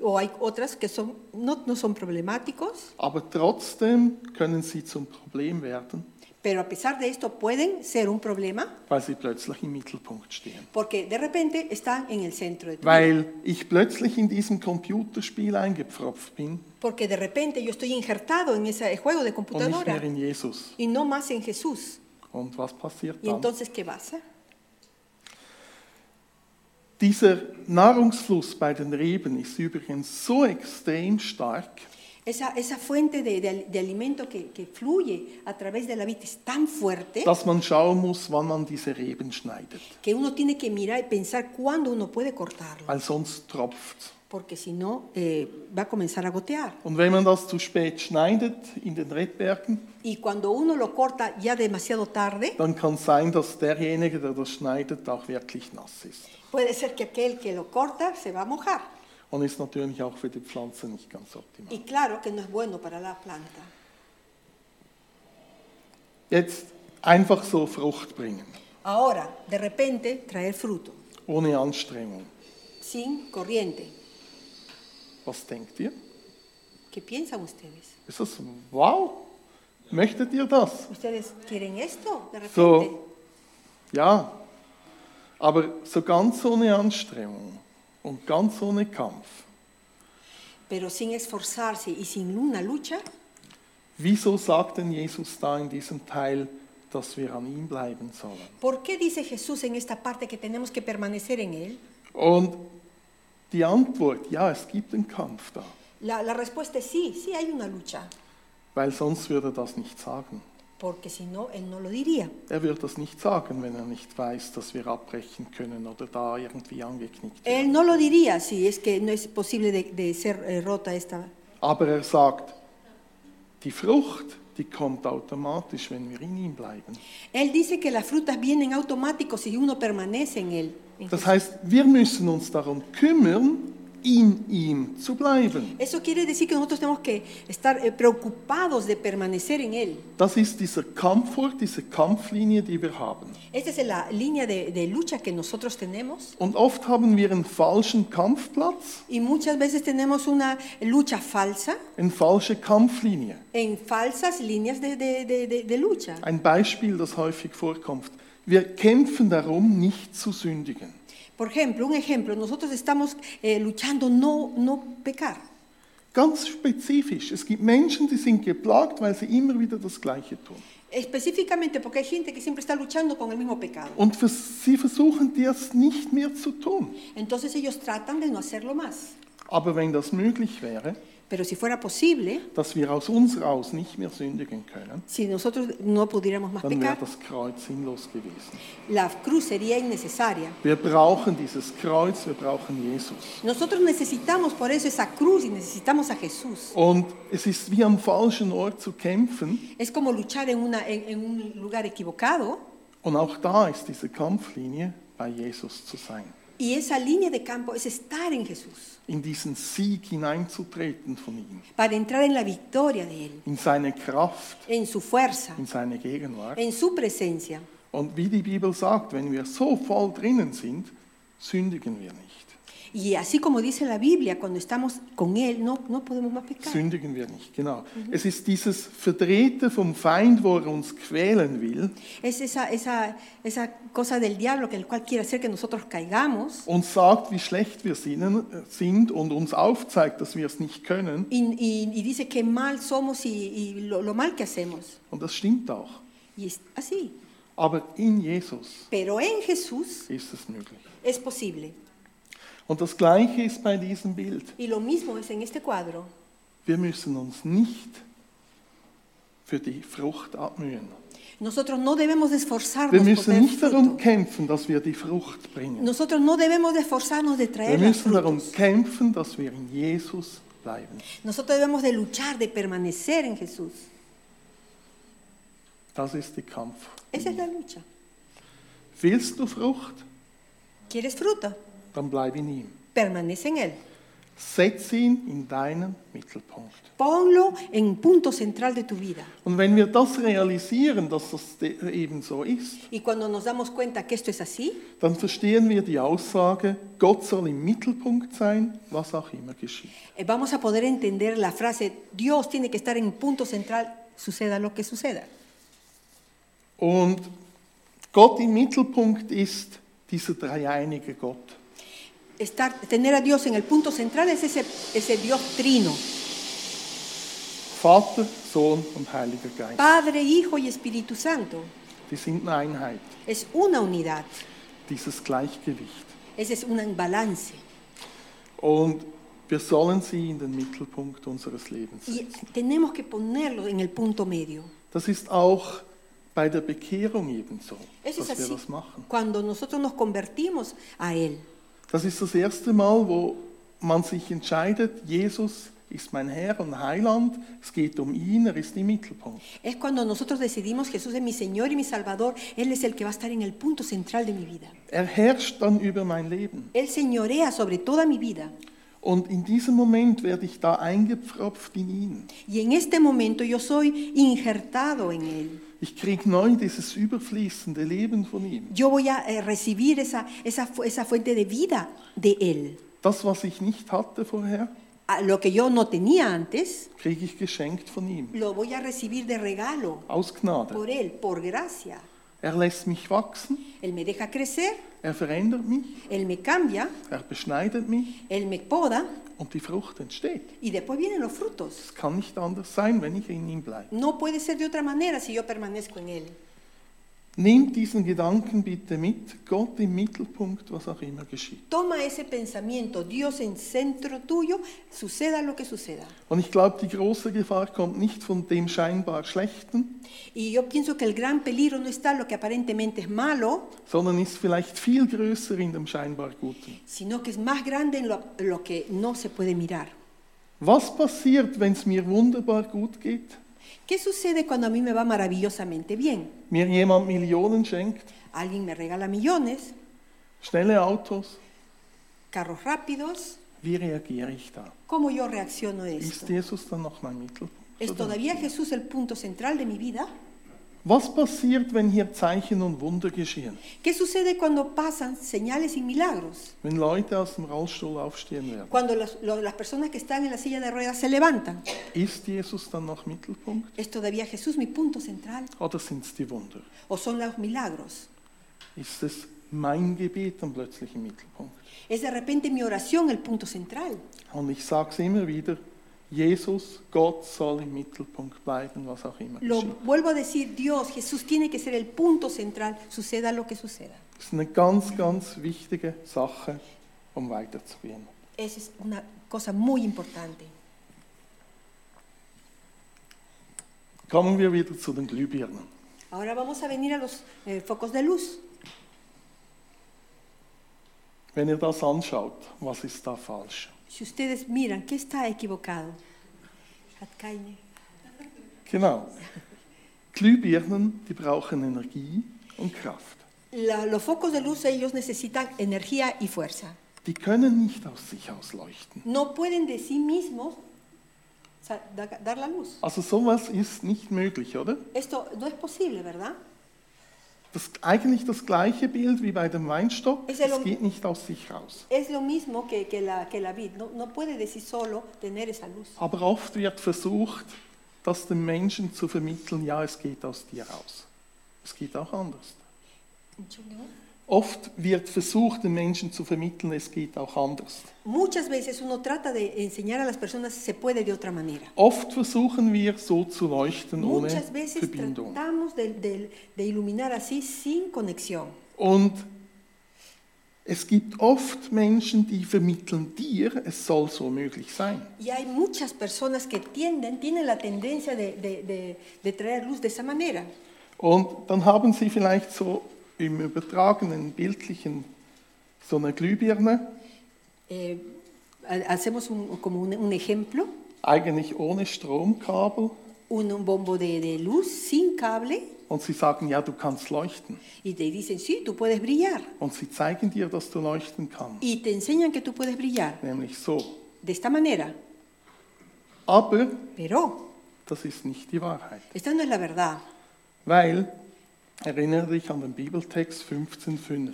Speaker 2: o hay otras que son, no, no son problemáticos,
Speaker 1: aber trotzdem können sie zum Problem werden,
Speaker 2: pero a pesar de esto pueden ser un problema
Speaker 1: weil sie plötzlich im Mittelpunkt stehen.
Speaker 2: porque de repente están en el centro de tu vida.
Speaker 1: Weil ich plötzlich in diesem Computerspiel eingepfropft bin
Speaker 2: Porque de repente yo estoy injertado en ese juego de
Speaker 1: und nicht mehr
Speaker 2: computadora
Speaker 1: in Jesus.
Speaker 2: y no más en Jesús.
Speaker 1: Und was passiert
Speaker 2: Y
Speaker 1: dann?
Speaker 2: entonces, ¿qué pasa?
Speaker 1: Dieser Nahrungsfluss bei den Reben ist übrigens so extrem stark,
Speaker 2: Esa, esa fuente de, de al- de alimento que, que fluye a través de la vida es tan fuerte
Speaker 1: dass man schauen muss, wann man diese Reben schneidet,
Speaker 2: que uno tiene que mirar y pensar cuándo uno puede cortarlo.
Speaker 1: weil sonst tropft
Speaker 2: porque si no eh, va a comenzar a gotear.
Speaker 1: Und wenn man das zu spät schneidet in den Redbergen,
Speaker 2: Y cuando uno lo corta ya demasiado tarde,
Speaker 1: dann kann es sein, dass derjenige, der das schneidet, auch wirklich nass ist.
Speaker 2: puede ser que aquel que lo corta se va a mojar.
Speaker 1: Und ist natürlich auch für die Pflanze nicht ganz optimal.
Speaker 2: Y claro que no es bueno para la planta.
Speaker 1: Jetzt einfach so Frucht bringen,
Speaker 2: Ahora, de repente, traer fruto,
Speaker 1: ohne Anstrengung.
Speaker 2: sin corriente.
Speaker 1: Was denkt ihr?
Speaker 2: ¿Qué piensan ustedes?
Speaker 1: Ist das wow? Möchtet ihr das?
Speaker 2: ¿Ustedes quieren esto de repente?
Speaker 1: So, ja. Aber so ganz ohne Anstrengung und ganz ohne Kampf.
Speaker 2: Pero sin esforzarse y sin una lucha,
Speaker 1: Wieso sagt denn Jesus da in diesem Teil, dass wir an ihm bleiben sollen?
Speaker 2: ¿por qué dice Jesús en esta parte que tenemos que permanecer en Él?
Speaker 1: Und die Antwort, ja, es gibt einen Kampf da,
Speaker 2: La, la respuesta es sí, sí hay una lucha,
Speaker 1: weil sonst würde er das nicht sagen.
Speaker 2: porque si no, Él no lo diría.
Speaker 1: Er wird das nicht sagen, wenn er nicht weiß, dass wir abbrechen können oder da irgendwie angeknickt wird.
Speaker 2: Él no lo diría si es que no es posible de, de ser eh, rota esta.
Speaker 1: Aber er sagt, die Frucht, die kommt automatisch, wenn wir in ihm bleiben.
Speaker 2: Él dice que las frutas vienen automáticos si uno permanece en él. en
Speaker 1: Das
Speaker 2: Jesús.
Speaker 1: heißt, wir müssen uns darum kümmern, in ihm zu bleiben.
Speaker 2: Eso quiere decir que nosotros tenemos que estar eh, preocupados de permanecer en Él.
Speaker 1: Das ist dieser Kampfort, diese Kampflinie, die wir haben.
Speaker 2: Esta es la línea de, de lucha que nosotros tenemos.
Speaker 1: Und oft haben wir einen falschen Kampfplatz,
Speaker 2: Y muchas veces tenemos una lucha falsa
Speaker 1: eine falsche Kampflinie.
Speaker 2: en falsas líneas de, de- de- de- de lucha.
Speaker 1: Ein Beispiel, das häufig vorkommt. Wir kämpfen darum, nicht zu sündigen.
Speaker 2: Por ejemplo, un ejemplo, nosotros estamos eh, luchando no, no pecar.
Speaker 1: Ganz spezifisch. Es gibt Menschen, die sind geplagt, weil sie immer wieder das Gleiche tun.
Speaker 2: Específicamente porque hay gente que siempre está luchando con el mismo pecado.
Speaker 1: Und vers- sie versuchen, das nicht mehr zu tun.
Speaker 2: Entonces ellos tratan de no hacerlo más.
Speaker 1: Aber wenn das möglich wäre,
Speaker 2: Pero si fuera posible,
Speaker 1: dass wir aus uns raus nicht mehr sündigen können,
Speaker 2: si nosotros no pudiéramos más
Speaker 1: dann wäre
Speaker 2: pecar,
Speaker 1: das Kreuz sinnlos gewesen.
Speaker 2: la cruz sería innecesaria.
Speaker 1: Wir brauchen dieses Kreuz, wir brauchen Jesus.
Speaker 2: Nosotros necesitamos por eso esa cruz y necesitamos a Jesús.
Speaker 1: Und es ist wie am falschen Ort zu kämpfen.
Speaker 2: Es como luchar en, una- en- en un lugar equivocado
Speaker 1: Und auch da ist diese Kampflinie, bei Jesus zu sein.
Speaker 2: y esa línea de campo es estar en Jesús
Speaker 1: In diesen Sieg hineinzutreten von ihm.
Speaker 2: para entrar en la victoria de Él,
Speaker 1: In seine Kraft,
Speaker 2: en su fuerza,
Speaker 1: in seine Gegenwart.
Speaker 2: en su presencia.
Speaker 1: Und wie die Bibel sagt, wenn wir so voll drinnen sind, sündigen wir nicht.
Speaker 2: Y así como dice la Biblia, cuando estamos con Él no, no podemos más pecar.
Speaker 1: Sündigen wir nicht, genau. Es ist dieses Verdrehte vom Feind, wo er uns quälen will,
Speaker 2: Es esa, esa, esa cosa del diablo que el cual quiere hacer que nosotros caigamos
Speaker 1: uns sagt, wie schlecht wir sinnen- sind und uns aufzeigt, dass wir es nicht können.
Speaker 2: y, y- y dice qué mal somos y, y lo, lo mal que hacemos.
Speaker 1: Und das stimmt auch.
Speaker 2: Y es así.
Speaker 1: Aber in Jesus
Speaker 2: Pero en Jesús
Speaker 1: ist es möglich.
Speaker 2: es posible.
Speaker 1: Und das Gleiche ist bei diesem Bild.
Speaker 2: Y lo mismo es en este cuadro.
Speaker 1: Wir müssen uns nicht für die Frucht abmühen.
Speaker 2: Nosotros no debemos de esforzarnos
Speaker 1: Wir
Speaker 2: por
Speaker 1: müssen
Speaker 2: tener
Speaker 1: nicht darum
Speaker 2: fruto.
Speaker 1: kämpfen, dass wir die Frucht bringen.
Speaker 2: Nosotros no debemos de esforzarnos de
Speaker 1: Wir
Speaker 2: traer las
Speaker 1: müssen darum
Speaker 2: frutos.
Speaker 1: kämpfen, dass wir in Jesus bleiben.
Speaker 2: Nosotros debemos de luchar, de permanecer en Jesús.
Speaker 1: Das ist der Kampf.
Speaker 2: Esa es la lucha.
Speaker 1: Willst du Frucht,
Speaker 2: ¿Quieres fruto?
Speaker 1: dann bleib in ihm.
Speaker 2: Permanece en Él.
Speaker 1: Setz ihn in deinen Mittelpunkt.
Speaker 2: Ponlo en punto central de tu vida.
Speaker 1: Und wenn wir das realisieren, dass das de- eben so ist,
Speaker 2: Y cuando nos damos cuenta que esto es así,
Speaker 1: dann verstehen wir die Aussage, Gott soll im Mittelpunkt sein, was auch immer geschieht.
Speaker 2: eh, vamos a poder entender la frase, Dios tiene que estar en punto central, suceda lo que suceda.
Speaker 1: Und Gott im Mittelpunkt ist dieser dreieinige Gott.
Speaker 2: Estar, tener a Dios en el punto central es ese, ese Dios trino,
Speaker 1: Vater, Sohn und Heiliger Geist.
Speaker 2: Padre, Hijo y Espíritu Santo.
Speaker 1: Die sind eine Einheit,
Speaker 2: Es una unidad,
Speaker 1: dieses Gleichgewicht.
Speaker 2: ese es un balance.
Speaker 1: Und wir sollen sie in den Mittelpunkt unseres Lebens
Speaker 2: Y
Speaker 1: setzen.
Speaker 2: tenemos que ponerlo en el punto medio.
Speaker 1: Das ist auch bei der Bekehrung ebenso, dass
Speaker 2: Eso es
Speaker 1: wir
Speaker 2: así
Speaker 1: das machen.
Speaker 2: cuando nosotros nos convertimos a Él.
Speaker 1: Das ist das erste Mal, wo man sich entscheidet, Jesus ist mein Herr und Heiland, es geht um ihn, er ist im Mittelpunkt.
Speaker 2: Es cuando nosotros decidimos, Jesús es mi Señor y mi Salvador, Él es el que va a estar en el punto central de mi vida.
Speaker 1: Er herrscht dann über mein Leben.
Speaker 2: Él señorea sobre toda mi vida.
Speaker 1: Und in diesem Moment werde ich da eingepfropft in ihn.
Speaker 2: Y en este momento yo soy injertado en Él.
Speaker 1: Ich kriege neu dieses überfließende Leben von ihm.
Speaker 2: Yo voy a eh, recibir esa, esa, fu- esa fuente de vida de Él.
Speaker 1: Das, was ich nicht hatte vorher,
Speaker 2: A Lo que yo no tenía antes,
Speaker 1: kriege ich geschenkt von ihm.
Speaker 2: lo voy a recibir de regalo
Speaker 1: Aus Gnade.
Speaker 2: por Él, por gracia.
Speaker 1: Er lässt mich wachsen,
Speaker 2: Él me deja crecer,
Speaker 1: er verändert mich,
Speaker 2: Él me cambia,
Speaker 1: er beschneidet mich
Speaker 2: Él me poda
Speaker 1: und die Frucht entsteht.
Speaker 2: y después vienen los frutos.
Speaker 1: Es kann nicht anders sein, wenn ich in ihm bleibe.
Speaker 2: No puede ser de otra manera si yo permanezco en Él.
Speaker 1: Nehmt diesen Gedanken bitte mit, Gott im Mittelpunkt, was auch immer geschieht.
Speaker 2: Toma ese pensamiento, Dios en centro tuyo, suceda lo que suceda.
Speaker 1: Und ich glaube, die große Gefahr kommt nicht von dem scheinbar Schlechten,
Speaker 2: Y yo pienso que el gran peligro no está en lo que aparentemente es malo,
Speaker 1: sondern ist vielleicht viel größer in dem scheinbar Guten.
Speaker 2: sino que es más grande en lo, lo que no se puede mirar.
Speaker 1: Was passiert, wenn es mir wunderbar gut geht,
Speaker 2: ¿Qué sucede cuando a mí me va maravillosamente bien?
Speaker 1: mir jemand Millionen schenkt,
Speaker 2: Alguien me regala millones,
Speaker 1: schnelle Autos,
Speaker 2: carros rápidos,
Speaker 1: Wie reagiere ich da?
Speaker 2: ¿Cómo yo reacciono a esto?
Speaker 1: Ist Jesus dann noch mein Mittelpunkt?
Speaker 2: ¿Es
Speaker 1: oder
Speaker 2: todavía Jesús el punto central de mi vida?
Speaker 1: Was passiert, wenn hier Zeichen und Wunder geschehen?
Speaker 2: ¿Qué sucede cuando pasan señales y milagros?
Speaker 1: Wenn Leute aus dem Rollstuhl aufstehen werden?
Speaker 2: Cuando los- lo- las personas que están en la silla de ruedas se levantan.
Speaker 1: Ist Jesus dann noch Mittelpunkt?
Speaker 2: ¿Es todavía Jesús mi punto central?
Speaker 1: Oder sind es die Wunder?
Speaker 2: ¿O son los milagros?
Speaker 1: Ist es mein Gebet dann plötzlich im Mittelpunkt?
Speaker 2: ¿Es de repente mi oración el punto central?
Speaker 1: Und ich sage es immer wieder, Jesus, Gott soll im Mittelpunkt bleiben, was auch immer
Speaker 2: Lo
Speaker 1: geschieht.
Speaker 2: vuelvo a decir, Dios, Jesús tiene que ser el punto central, suceda lo que suceda.
Speaker 1: Das ist eine ganz, ganz wichtige Sache, um weiterzugehen.
Speaker 2: Esa es una cosa muy importante.
Speaker 1: Kommen wir wieder zu den Glühbirnen.
Speaker 2: Ahora vamos a venir a los eh, focos de luz.
Speaker 1: Wenn ihr das anschaut, was ist da falsch?
Speaker 2: Si ustedes miran, ¿qué está equivocado? Hatkaine.
Speaker 1: Genau. Glühbirnen, die brauchen Energie und Kraft.
Speaker 2: La- los focos de luz, ellos necesitan energía y fuerza.
Speaker 1: Die können nicht aus sich aus leuchten.
Speaker 2: No pueden de sí mismos sa- da- dar la luz.
Speaker 1: Also sowas ist nicht möglich, oder?
Speaker 2: Esto no es posible, ¿verdad?
Speaker 1: Das ist eigentlich das gleiche Bild wie bei dem Weinstock.
Speaker 2: Ist ja
Speaker 1: Es
Speaker 2: lo-
Speaker 1: geht nicht aus sich raus.
Speaker 2: Es lo mismo que, que la, que la vid. No, no puede de sí solo tener esa luz.
Speaker 1: Aber oft wird versucht, das den Menschen zu vermitteln, ja, es geht aus dir raus. Es geht auch anders. Oft wird versucht, den Menschen zu vermitteln, es geht auch anders.
Speaker 2: Muchas veces uno trata de enseñar a las personas se puede de otra manera.
Speaker 1: Oft versuchen wir, so zu leuchten, ohne
Speaker 2: Muchas veces
Speaker 1: Verbindung.
Speaker 2: tratamos de, de- de iluminar así sin conexión.
Speaker 1: Und es gibt oft Menschen, die vermitteln dir, es soll so möglich sein.
Speaker 2: Y hay muchas personas que tienden, tienen la tendencia de, de- de- de traer luz de esa manera.
Speaker 1: Und dann haben sie vielleicht so im übertragenen, bildlichen, so eine Glühbirne,
Speaker 2: Eh, ha- hacemos un- como un, un ejemplo,
Speaker 1: eigentlich ohne Stromkabel,
Speaker 2: un, un bombo de, de luz sin cable
Speaker 1: und sie sagen, ja, du kannst leuchten.
Speaker 2: y te dicen, sí, tú puedes brillar.
Speaker 1: Und sie zeigen dir, dass du leuchten kannst,
Speaker 2: Y te enseñan que tú puedes brillar
Speaker 1: nämlich so.
Speaker 2: de esta manera.
Speaker 1: Aber
Speaker 2: Pero
Speaker 1: das ist nicht die Wahrheit,
Speaker 2: esta no es la verdad.
Speaker 1: weil, erinnere dich an den Bibeltext 15,5,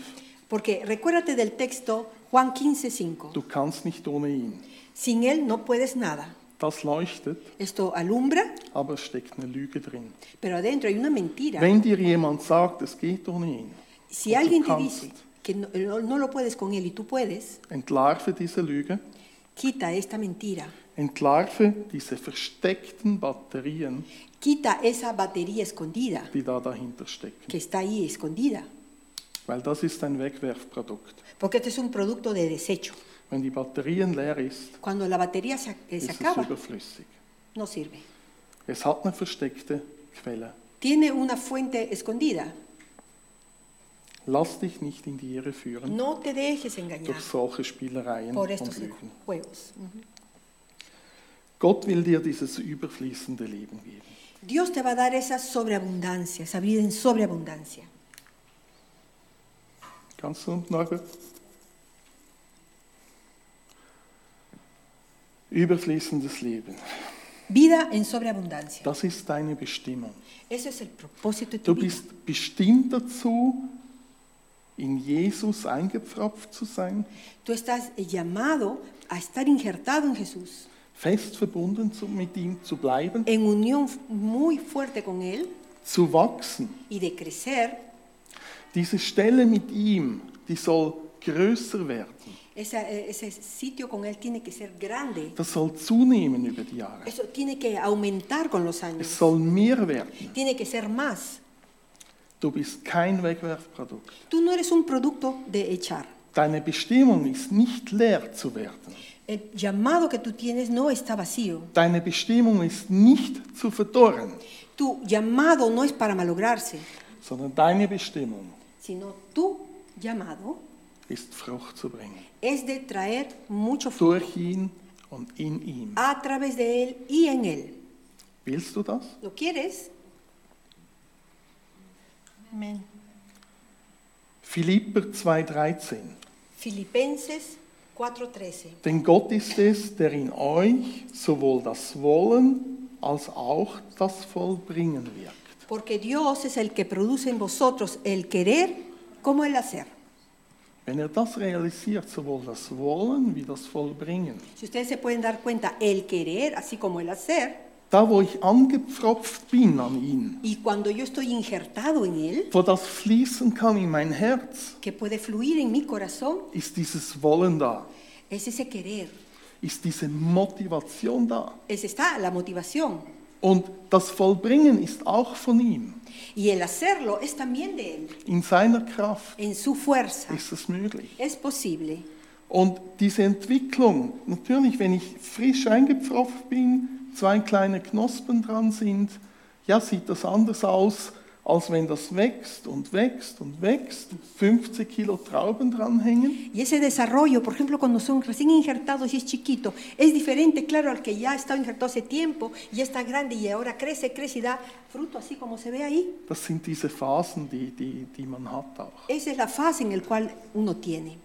Speaker 2: Porque recuérdate del texto Juan 15:5.
Speaker 1: du kannst nicht ohne ihn.
Speaker 2: Sin Él no puedes nada.
Speaker 1: Das leuchtet,
Speaker 2: Esto alumbra,
Speaker 1: aber es steckt eine Lüge drin.
Speaker 2: pero adentro hay una mentira.
Speaker 1: Wenn dir jemand sagt, es geht ohne ihn,
Speaker 2: si
Speaker 1: und
Speaker 2: alguien
Speaker 1: du
Speaker 2: te
Speaker 1: kannst,
Speaker 2: dice que no, no- no lo puedes con Él y tú puedes,
Speaker 1: entlarve diese Lüge,
Speaker 2: quita esta mentira.
Speaker 1: entlarve diese versteckten Batterien,
Speaker 2: Quita esa batería escondida
Speaker 1: die da dahinter stecken.
Speaker 2: que está ahí escondida.
Speaker 1: Weil das ist ein Wegwerfprodukt.
Speaker 2: Porque este es un producto de desecho.
Speaker 1: Wenn die Batterien leer ist,
Speaker 2: Cuando la batería se, eh, se
Speaker 1: ist es
Speaker 2: acaba,
Speaker 1: überflüssig.
Speaker 2: no sirve.
Speaker 1: Es hat eine versteckte Quelle.
Speaker 2: Tiene una fuente escondida.
Speaker 1: Lass dich nicht in die Irre führen
Speaker 2: No te dejes engañar
Speaker 1: durch solche Spielereien
Speaker 2: por
Speaker 1: und
Speaker 2: estos
Speaker 1: Lügen.
Speaker 2: juegos.
Speaker 1: Gott will dir dieses überfließende Leben geben.
Speaker 2: Dios te va a dar esa sobreabundancia, esa vida en sobreabundancia.
Speaker 1: Kannst du, Norbert? Überfließendes Leben.
Speaker 2: Vida en sobreabundancia.
Speaker 1: Das ist deine Bestimmung.
Speaker 2: Ese es el propósito de tu
Speaker 1: Du
Speaker 2: vida.
Speaker 1: bist bestimmt dazu, in Jesus eingepfropft zu sein,
Speaker 2: Tú estás llamado a estar injertado en Jesús,
Speaker 1: fest verbunden zu, mit ihm zu bleiben,
Speaker 2: en unión muy fuerte con Él
Speaker 1: zu wachsen.
Speaker 2: y de crecer.
Speaker 1: Diese Stelle mit ihm, die soll größer werden.
Speaker 2: Esa- eh, ese sitio con Él tiene que ser grande.
Speaker 1: Das soll zunehmen über die Jahre.
Speaker 2: Eso tiene que aumentar con los
Speaker 1: Es
Speaker 2: años.
Speaker 1: soll mehr werden.
Speaker 2: Tiene que ser más.
Speaker 1: Du bist kein Wegwerfprodukt.
Speaker 2: Tú no eres un producto de echar.
Speaker 1: Deine Bestimmung ist nicht leer zu werden.
Speaker 2: El llamado que tú tienes no está vacío.
Speaker 1: Deine Bestimmung ist nicht zu verdorren,
Speaker 2: Tu llamado no es para malograrse,
Speaker 1: sondern deine Bestimmung
Speaker 2: sino tu llamado
Speaker 1: ist Frucht zu bringen.
Speaker 2: es de traer mucho fruto
Speaker 1: Durch ihn und in ihm.
Speaker 2: a través de Él y en Él.
Speaker 1: Willst du das?
Speaker 2: ¿Lo quieres? Amén.
Speaker 1: Philipper 2,13.
Speaker 2: Filipenses 4.13.
Speaker 1: Denn Gott ist es, der in euch sowohl das Wollen als auch das Vollbringen wirkt.
Speaker 2: Porque Dios es el que produce en vosotros el querer como el hacer.
Speaker 1: Wenn ihr das realisiert, sowohl das Wollen wie das Vollbringen,
Speaker 2: Si ustedes se pueden dar cuenta, el querer así como el hacer,
Speaker 1: da wo ich angepfropft bin an ihn,
Speaker 2: y cuando yo estoy injertado en él,
Speaker 1: wo das fließen kann in mein Herz,
Speaker 2: que puede fluir en mi corazón,
Speaker 1: ist dieses Wollen da,
Speaker 2: es ese querer,
Speaker 1: ist diese Motivation da.
Speaker 2: es está la motivación.
Speaker 1: Und das Vollbringen ist auch von ihm.
Speaker 2: Y el hacerlo es también de él,
Speaker 1: In seiner Kraft
Speaker 2: en su fuerza.
Speaker 1: ist es möglich.
Speaker 2: Es posible.
Speaker 1: Und diese Entwicklung, natürlich, wenn ich frisch eingepfropft bin, zwei kleine Knospen dran sind, ja, sieht das anders aus, als wenn das wächst und wächst und wächst, 50 Kilo Trauben dranhängen.
Speaker 2: Y ese desarrollo, por ejemplo, cuando son recién injertados y es chiquito, es diferente, claro, al que ya ha estado injertado hace tiempo y está grande y ahora crece, crece y da fruto así como se ve ahí.
Speaker 1: Das sind diese Phasen, die, die, die man hat auch.
Speaker 2: Esa es la fase en la cual uno tiene.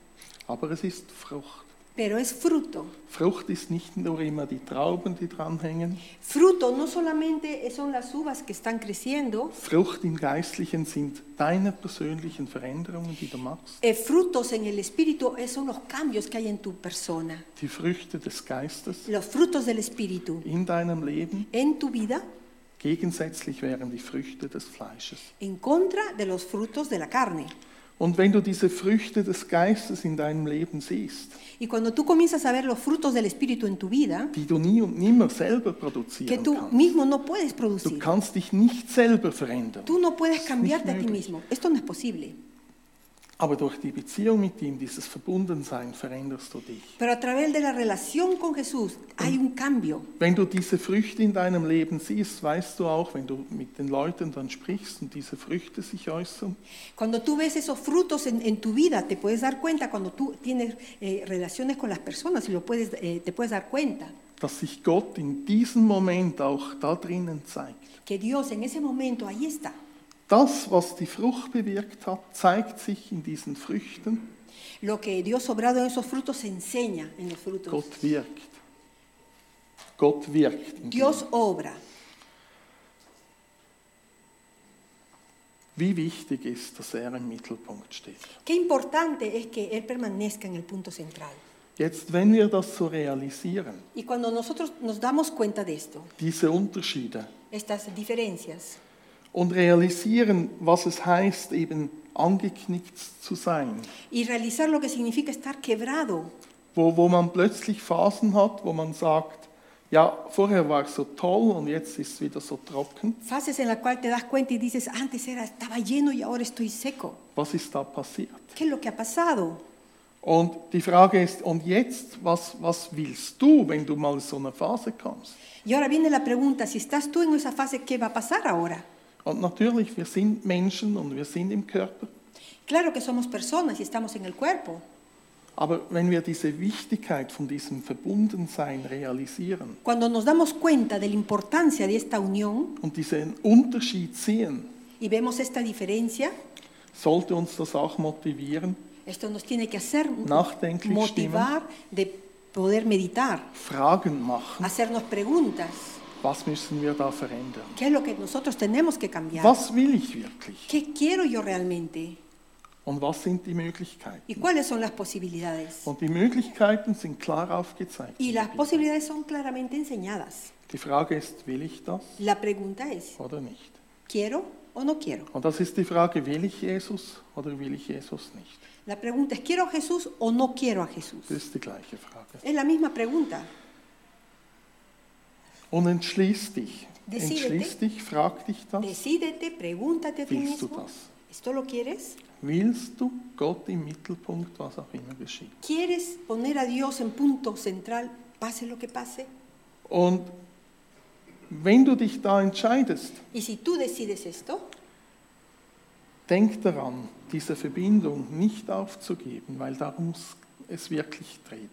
Speaker 1: Aber es ist Frucht.
Speaker 2: Pero es fruto.
Speaker 1: Frucht ist nicht nur immer die Trauben, die dranhängen.
Speaker 2: Fruto no solamente son las uvas que están creciendo,
Speaker 1: Frucht im Geistlichen sind deine persönlichen Veränderungen, die du machst.
Speaker 2: eh, frutos en el espíritu eh, son los cambios que hay en tu persona.
Speaker 1: Die Früchte des Geistes
Speaker 2: Los frutos del espíritu
Speaker 1: in deinem Leben.
Speaker 2: en tu vida
Speaker 1: Gegensätzlich wären die Früchte des Fleisches.
Speaker 2: en contra de los frutos de la carne.
Speaker 1: Und wenn du diese Früchte des Geistes in deinem Leben siehst,
Speaker 2: Y cuando tú comienzas a ver los frutos del espíritu en tu vida,
Speaker 1: die du nie und nimmer selber
Speaker 2: que
Speaker 1: produzieren
Speaker 2: tú
Speaker 1: kannst,
Speaker 2: mismo no puedes
Speaker 1: du
Speaker 2: producir.
Speaker 1: kannst dich nicht selber verändern,
Speaker 2: Tú no puedes cambiarte a ti
Speaker 1: möglich.
Speaker 2: mismo. Esto no es posible.
Speaker 1: aber durch die Beziehung mit ihm, dieses Verbundensein, veränderst du dich.
Speaker 2: Pero a través de la relación con Jesús hay un cambio.
Speaker 1: Wenn du diese Früchte in deinem Leben siehst, weißt du auch, wenn du mit den Leuten dann sprichst und diese Früchte sich äußern,
Speaker 2: Cuando tú ves esos frutos en, en tu vida, te puedes dar cuenta cuando tú tienes eh, relaciones con las personas y lo puedes, eh, te puedes dar cuenta
Speaker 1: dass sich Gott in diesem Moment auch da drinnen zeigt.
Speaker 2: que Dios en ese momento ahí está.
Speaker 1: Das, was die Frucht bewirkt hat, zeigt sich in diesen Früchten.
Speaker 2: Lo que Dios obrado en esos frutos se enseña en los frutos.
Speaker 1: Gott wirkt. Gott wirkt. in
Speaker 2: Dios
Speaker 1: dir.
Speaker 2: obra.
Speaker 1: Wie wichtig ist, dass er im Mittelpunkt steht.
Speaker 2: Qué importante es que Él permanezca en el punto central.
Speaker 1: Jetzt, wenn wir das so realisieren,
Speaker 2: Y cuando nosotros nos damos cuenta de esto,
Speaker 1: diese Unterschiede,
Speaker 2: estas diferencias,
Speaker 1: und realisieren, was es heißt, eben angeknickt zu sein,
Speaker 2: y realizar lo que significa estar quebrado,
Speaker 1: wo, wo man plötzlich Phasen hat, wo man sagt, ja, vorher war es so toll und jetzt ist es wieder so trocken.
Speaker 2: fases en las cuales te das cuenta y dices, antes era, estaba lleno y ahora estoy seco.
Speaker 1: Was ist da passiert?
Speaker 2: ¿Qué es lo que ha pasado?
Speaker 1: Und die Frage ist, und jetzt, was, was willst du, wenn du mal in so eine Phase kommst?
Speaker 2: Y ahora viene la pregunta, si estás tú en esa fase, ¿qué va a pasar ahora?
Speaker 1: Und natürlich, wir sind Menschen und wir sind im Körper,
Speaker 2: Claro que somos personas y estamos en el cuerpo,
Speaker 1: aber wenn wir diese Wichtigkeit von diesem Verbundensein realisieren
Speaker 2: Cuando nos damos cuenta de la importancia de esta unión
Speaker 1: und diesen Unterschied sehen,
Speaker 2: y vemos esta diferencia,
Speaker 1: sollte uns das auch motivieren,
Speaker 2: esto nos tiene que hacer
Speaker 1: Nachdenklich
Speaker 2: motivar de poder meditar,
Speaker 1: Fragen machen,
Speaker 2: hacernos preguntas,
Speaker 1: was müssen wir da verändern?
Speaker 2: qué es lo que nosotros tenemos que cambiar,
Speaker 1: Was will ich wirklich?
Speaker 2: qué quiero yo realmente
Speaker 1: Und was sind die Möglichkeiten?
Speaker 2: y cuáles son las posibilidades.
Speaker 1: Und die Möglichkeiten sind klar aufgezeigt.
Speaker 2: Y las posibilidades son claramente enseñadas.
Speaker 1: Die Frage ist, will ich das
Speaker 2: La pregunta es,
Speaker 1: oder nicht?
Speaker 2: ¿quiero o no quiero?
Speaker 1: Und das ist die Frage, will ich Jesus oder will ich Jesus nicht?
Speaker 2: La pregunta es, ¿quiero a Jesús o no quiero a Jesús?
Speaker 1: Das ist die gleiche Frage.
Speaker 2: Es la misma pregunta.
Speaker 1: Und entschließ dich.
Speaker 2: Decidete.
Speaker 1: Entschließ dich, frag dich das.
Speaker 2: Decídete, pregúntate a ti
Speaker 1: Willst du
Speaker 2: mismo.
Speaker 1: das?
Speaker 2: ¿Esto lo quieres?
Speaker 1: Willst du Gott im Mittelpunkt, was auch immer geschieht?
Speaker 2: ¿Quieres poner a Dios en punto central, pase lo que pase?
Speaker 1: Und wenn du dich da entscheidest,
Speaker 2: Y si tú decides esto,
Speaker 1: Denk daran, diese Verbindung nicht aufzugeben, weil darum es wirklich dreht.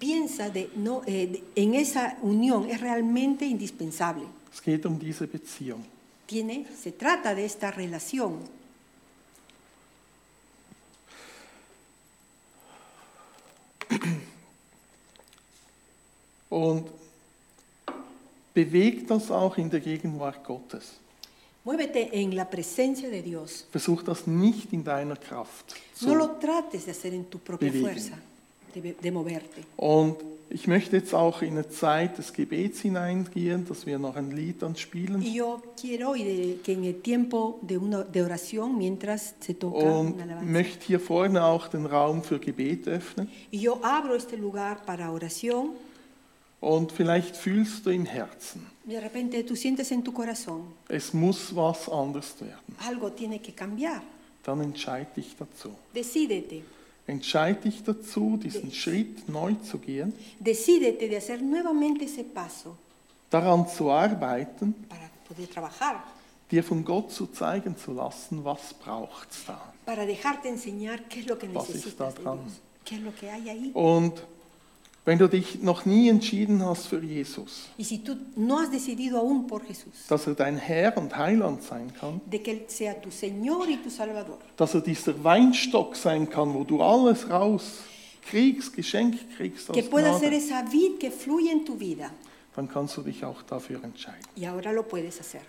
Speaker 2: piensa de no, eh, de- en esa unión, es realmente indispensable.
Speaker 1: Es geht um diese Beziehung.
Speaker 2: Tiene, se trata de esta relación.
Speaker 1: Und bewegt das auch in der Gegenwart Gottes.
Speaker 2: Muévete en la presencia de Dios.
Speaker 1: Versuch das nicht in deiner Kraft.
Speaker 2: No lo trates de hacer en tu propia
Speaker 1: Bewegen.
Speaker 2: fuerza, de, de moverte.
Speaker 1: Und ich möchte jetzt auch in eine Zeit des Gebets hineingehen, dass wir noch ein Lied dann spielen.
Speaker 2: Y yo quiero hoy de- que en el tiempo de, una, de oración, mientras se toca
Speaker 1: Oh,
Speaker 2: una
Speaker 1: Und
Speaker 2: alabanza,
Speaker 1: möchte hier vorne auch den Raum für Gebet öffnen.
Speaker 2: y yo abro este lugar para oración,
Speaker 1: Und vielleicht fühlst du im Herzen,
Speaker 2: de repente tú sientes en tu corazón,
Speaker 1: es muss was anders werden.
Speaker 2: algo tiene que cambiar.
Speaker 1: Dann entscheide dich dazu.
Speaker 2: Decídete,
Speaker 1: Entscheide dich dazu, diesen Schritt neu zu gehen,
Speaker 2: decídete de hacer nuevamente ese paso
Speaker 1: daran zu arbeiten,
Speaker 2: para poder trabajar,
Speaker 1: dir von Gott zu zeigen zu lassen, was braucht es da.
Speaker 2: para dejarte enseñar qué es lo que
Speaker 1: Paz está
Speaker 2: necesitas de
Speaker 1: dran.
Speaker 2: Dios, qué es lo que hay ahí.
Speaker 1: Und wenn du dich noch nie entschieden hast für Jesus,
Speaker 2: Y si tú no has decidido aún por Jesús,
Speaker 1: dass er dein Herr und Heiland sein kann,
Speaker 2: de que Él sea tu Señor y tu Salvador,
Speaker 1: dass er dieser Weinstock sein kann, wo du alles raus kriegst, Geschenk kriegst aus
Speaker 2: que pueda ser
Speaker 1: Gnade,
Speaker 2: esa vid que fluye en tu vida,
Speaker 1: dann kannst du dich auch dafür entscheiden.
Speaker 2: y ahora lo puedes hacer.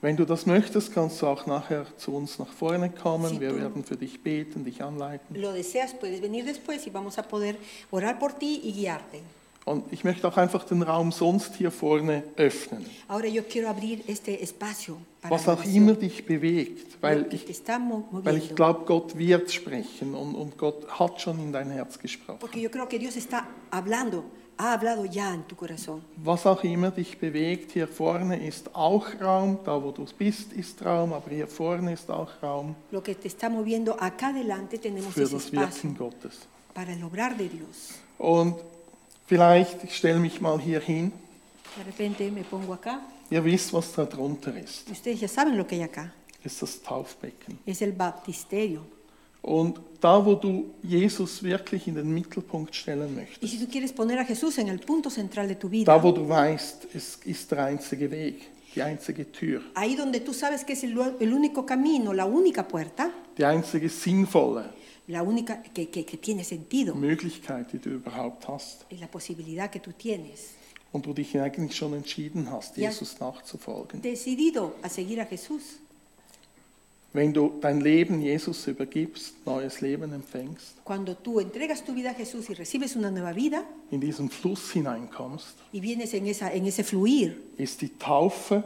Speaker 1: Wenn du das möchtest, kannst du auch nachher zu uns nach vorne kommen.
Speaker 2: Sie
Speaker 1: Wir
Speaker 2: tun.
Speaker 1: werden für dich beten, dich anleiten.
Speaker 2: Lo deseas, puedes venir después y vamos a poder orar por ti y guiarte.
Speaker 1: Und ich möchte auch einfach den Raum sonst hier vorne öffnen,
Speaker 2: Ahora yo quiero abrir este espacio para
Speaker 1: was auch
Speaker 2: oración,
Speaker 1: immer dich bewegt,
Speaker 2: lo
Speaker 1: weil
Speaker 2: que te
Speaker 1: ich,
Speaker 2: está mo-
Speaker 1: weil ich
Speaker 2: moviendo.
Speaker 1: glaube, Gott wird sprechen und, und Gott hat schon in dein Herz gesprochen.
Speaker 2: Porque yo creo que Dios está hablando, ha hablado ya en tu corazón.
Speaker 1: Was auch immer dich bewegt, hier vorne ist auch Raum, da wo du bist ist Raum, aber hier vorne ist auch Raum
Speaker 2: Lo que te está moviendo acá adelante tenemos
Speaker 1: für
Speaker 2: ese
Speaker 1: das Wirken
Speaker 2: espacio
Speaker 1: Gottes.
Speaker 2: para el obrar de Dios.
Speaker 1: Und vielleicht, ich stelle mich mal hier hin,
Speaker 2: De repente me pongo acá
Speaker 1: ihr wisst, was da drunter ist.
Speaker 2: y ustedes ya saben lo que hay acá.
Speaker 1: ist das Taufbecken.
Speaker 2: Es el baptisterio.
Speaker 1: Und da, wo du Jesus wirklich in den Mittelpunkt stellen
Speaker 2: Y
Speaker 1: möchtest,
Speaker 2: si tú quieres poner a Jesús en el punto central de tu vida,
Speaker 1: da, wo du weißt, es ist der einzige Weg, die einzige Tür,
Speaker 2: ahí donde tú sabes que es el, lu- el único camino, la única puerta,
Speaker 1: die einzige sinnvolle
Speaker 2: la única que, que- que tiene sentido,
Speaker 1: Möglichkeit, die du überhaupt hast
Speaker 2: es la posibilidad que tú tienes.
Speaker 1: und du dich eigentlich schon entschieden hast,
Speaker 2: Ja.
Speaker 1: Jesus nachzufolgen.
Speaker 2: Decidido a seguir a Jesús,
Speaker 1: Wenn du dein Leben Jesus übergibst, neues Leben empfängst,
Speaker 2: cuando tú entregas tu vida a Jesús y recibes una nueva vida
Speaker 1: in diesen Fluss hineinkommst,
Speaker 2: y vienes en, esa, en ese fluir,
Speaker 1: ist die Taufe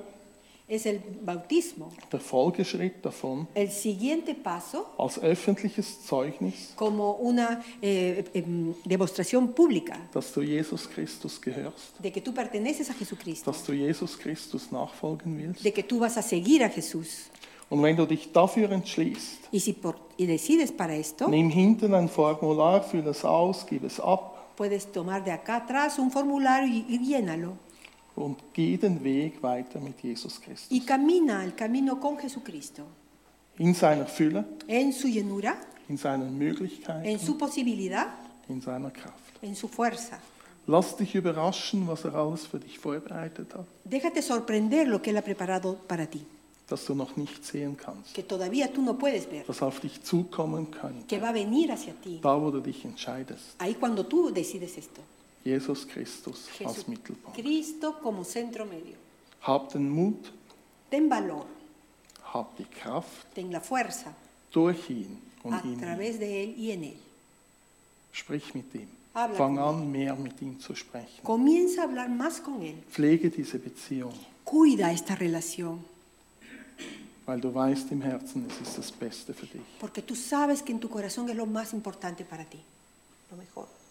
Speaker 2: es el bautismo,
Speaker 1: der Folgeschritt davon
Speaker 2: el siguiente paso
Speaker 1: als öffentliches Zeugnis,
Speaker 2: como una eh, em, demostración pública
Speaker 1: dass du Jesus Christus gehörst.
Speaker 2: de que tú perteneces a Jesucristo,
Speaker 1: dass du Jesus Christus nachfolgen willst.
Speaker 2: de que tú vas a seguir a Jesús.
Speaker 1: Und wenn du dich dafür entschließt,
Speaker 2: Y si por- y decides para esto,
Speaker 1: nimm hinten ein Formular, füll es aus, gib es ab
Speaker 2: puedes tomar de acá atrás un formulario y, y llénalo.
Speaker 1: und geh den Weg weiter mit Jesus Christus.
Speaker 2: Y camina el camino con Jesucristo,
Speaker 1: In seiner Fülle,
Speaker 2: en su llenura,
Speaker 1: in seinen
Speaker 2: en
Speaker 1: Möglichkeiten,
Speaker 2: su posibilidad,
Speaker 1: in seiner Kraft.
Speaker 2: en su fuerza.
Speaker 1: Lass dich überraschen, was er alles für dich vorbereitet hat,
Speaker 2: Déjate sorprender lo que Él ha preparado para ti,
Speaker 1: das du noch nicht sehen kannst,
Speaker 2: que todavía tú no puedes ver,
Speaker 1: das auf dich zukommen könnte,
Speaker 2: que va a venir hacia ti.
Speaker 1: da wo du dich entscheidest.
Speaker 2: Ahí cuando tú decides esto.
Speaker 1: Jesus Christus als Mittelpunkt.
Speaker 2: Jesucristo como centro medio.
Speaker 1: Hab den Mut,
Speaker 2: Ten valor,
Speaker 1: hab die Kraft,
Speaker 2: ten la fuerza
Speaker 1: durch ihn und
Speaker 2: a
Speaker 1: in ihm.
Speaker 2: través de Él y en Él.
Speaker 1: Sprich mit ihm.
Speaker 2: Habla
Speaker 1: Fang
Speaker 2: con
Speaker 1: an, mehr mit ihm zu sprechen.
Speaker 2: Comienza a hablar más con Él.
Speaker 1: Pflege diese Beziehung,
Speaker 2: Cuida esta relación,
Speaker 1: weil du weißt im Herzen, es ist das Beste für dich.
Speaker 2: porque tú sabes que en tu corazón es lo más importante para ti, lo mejor.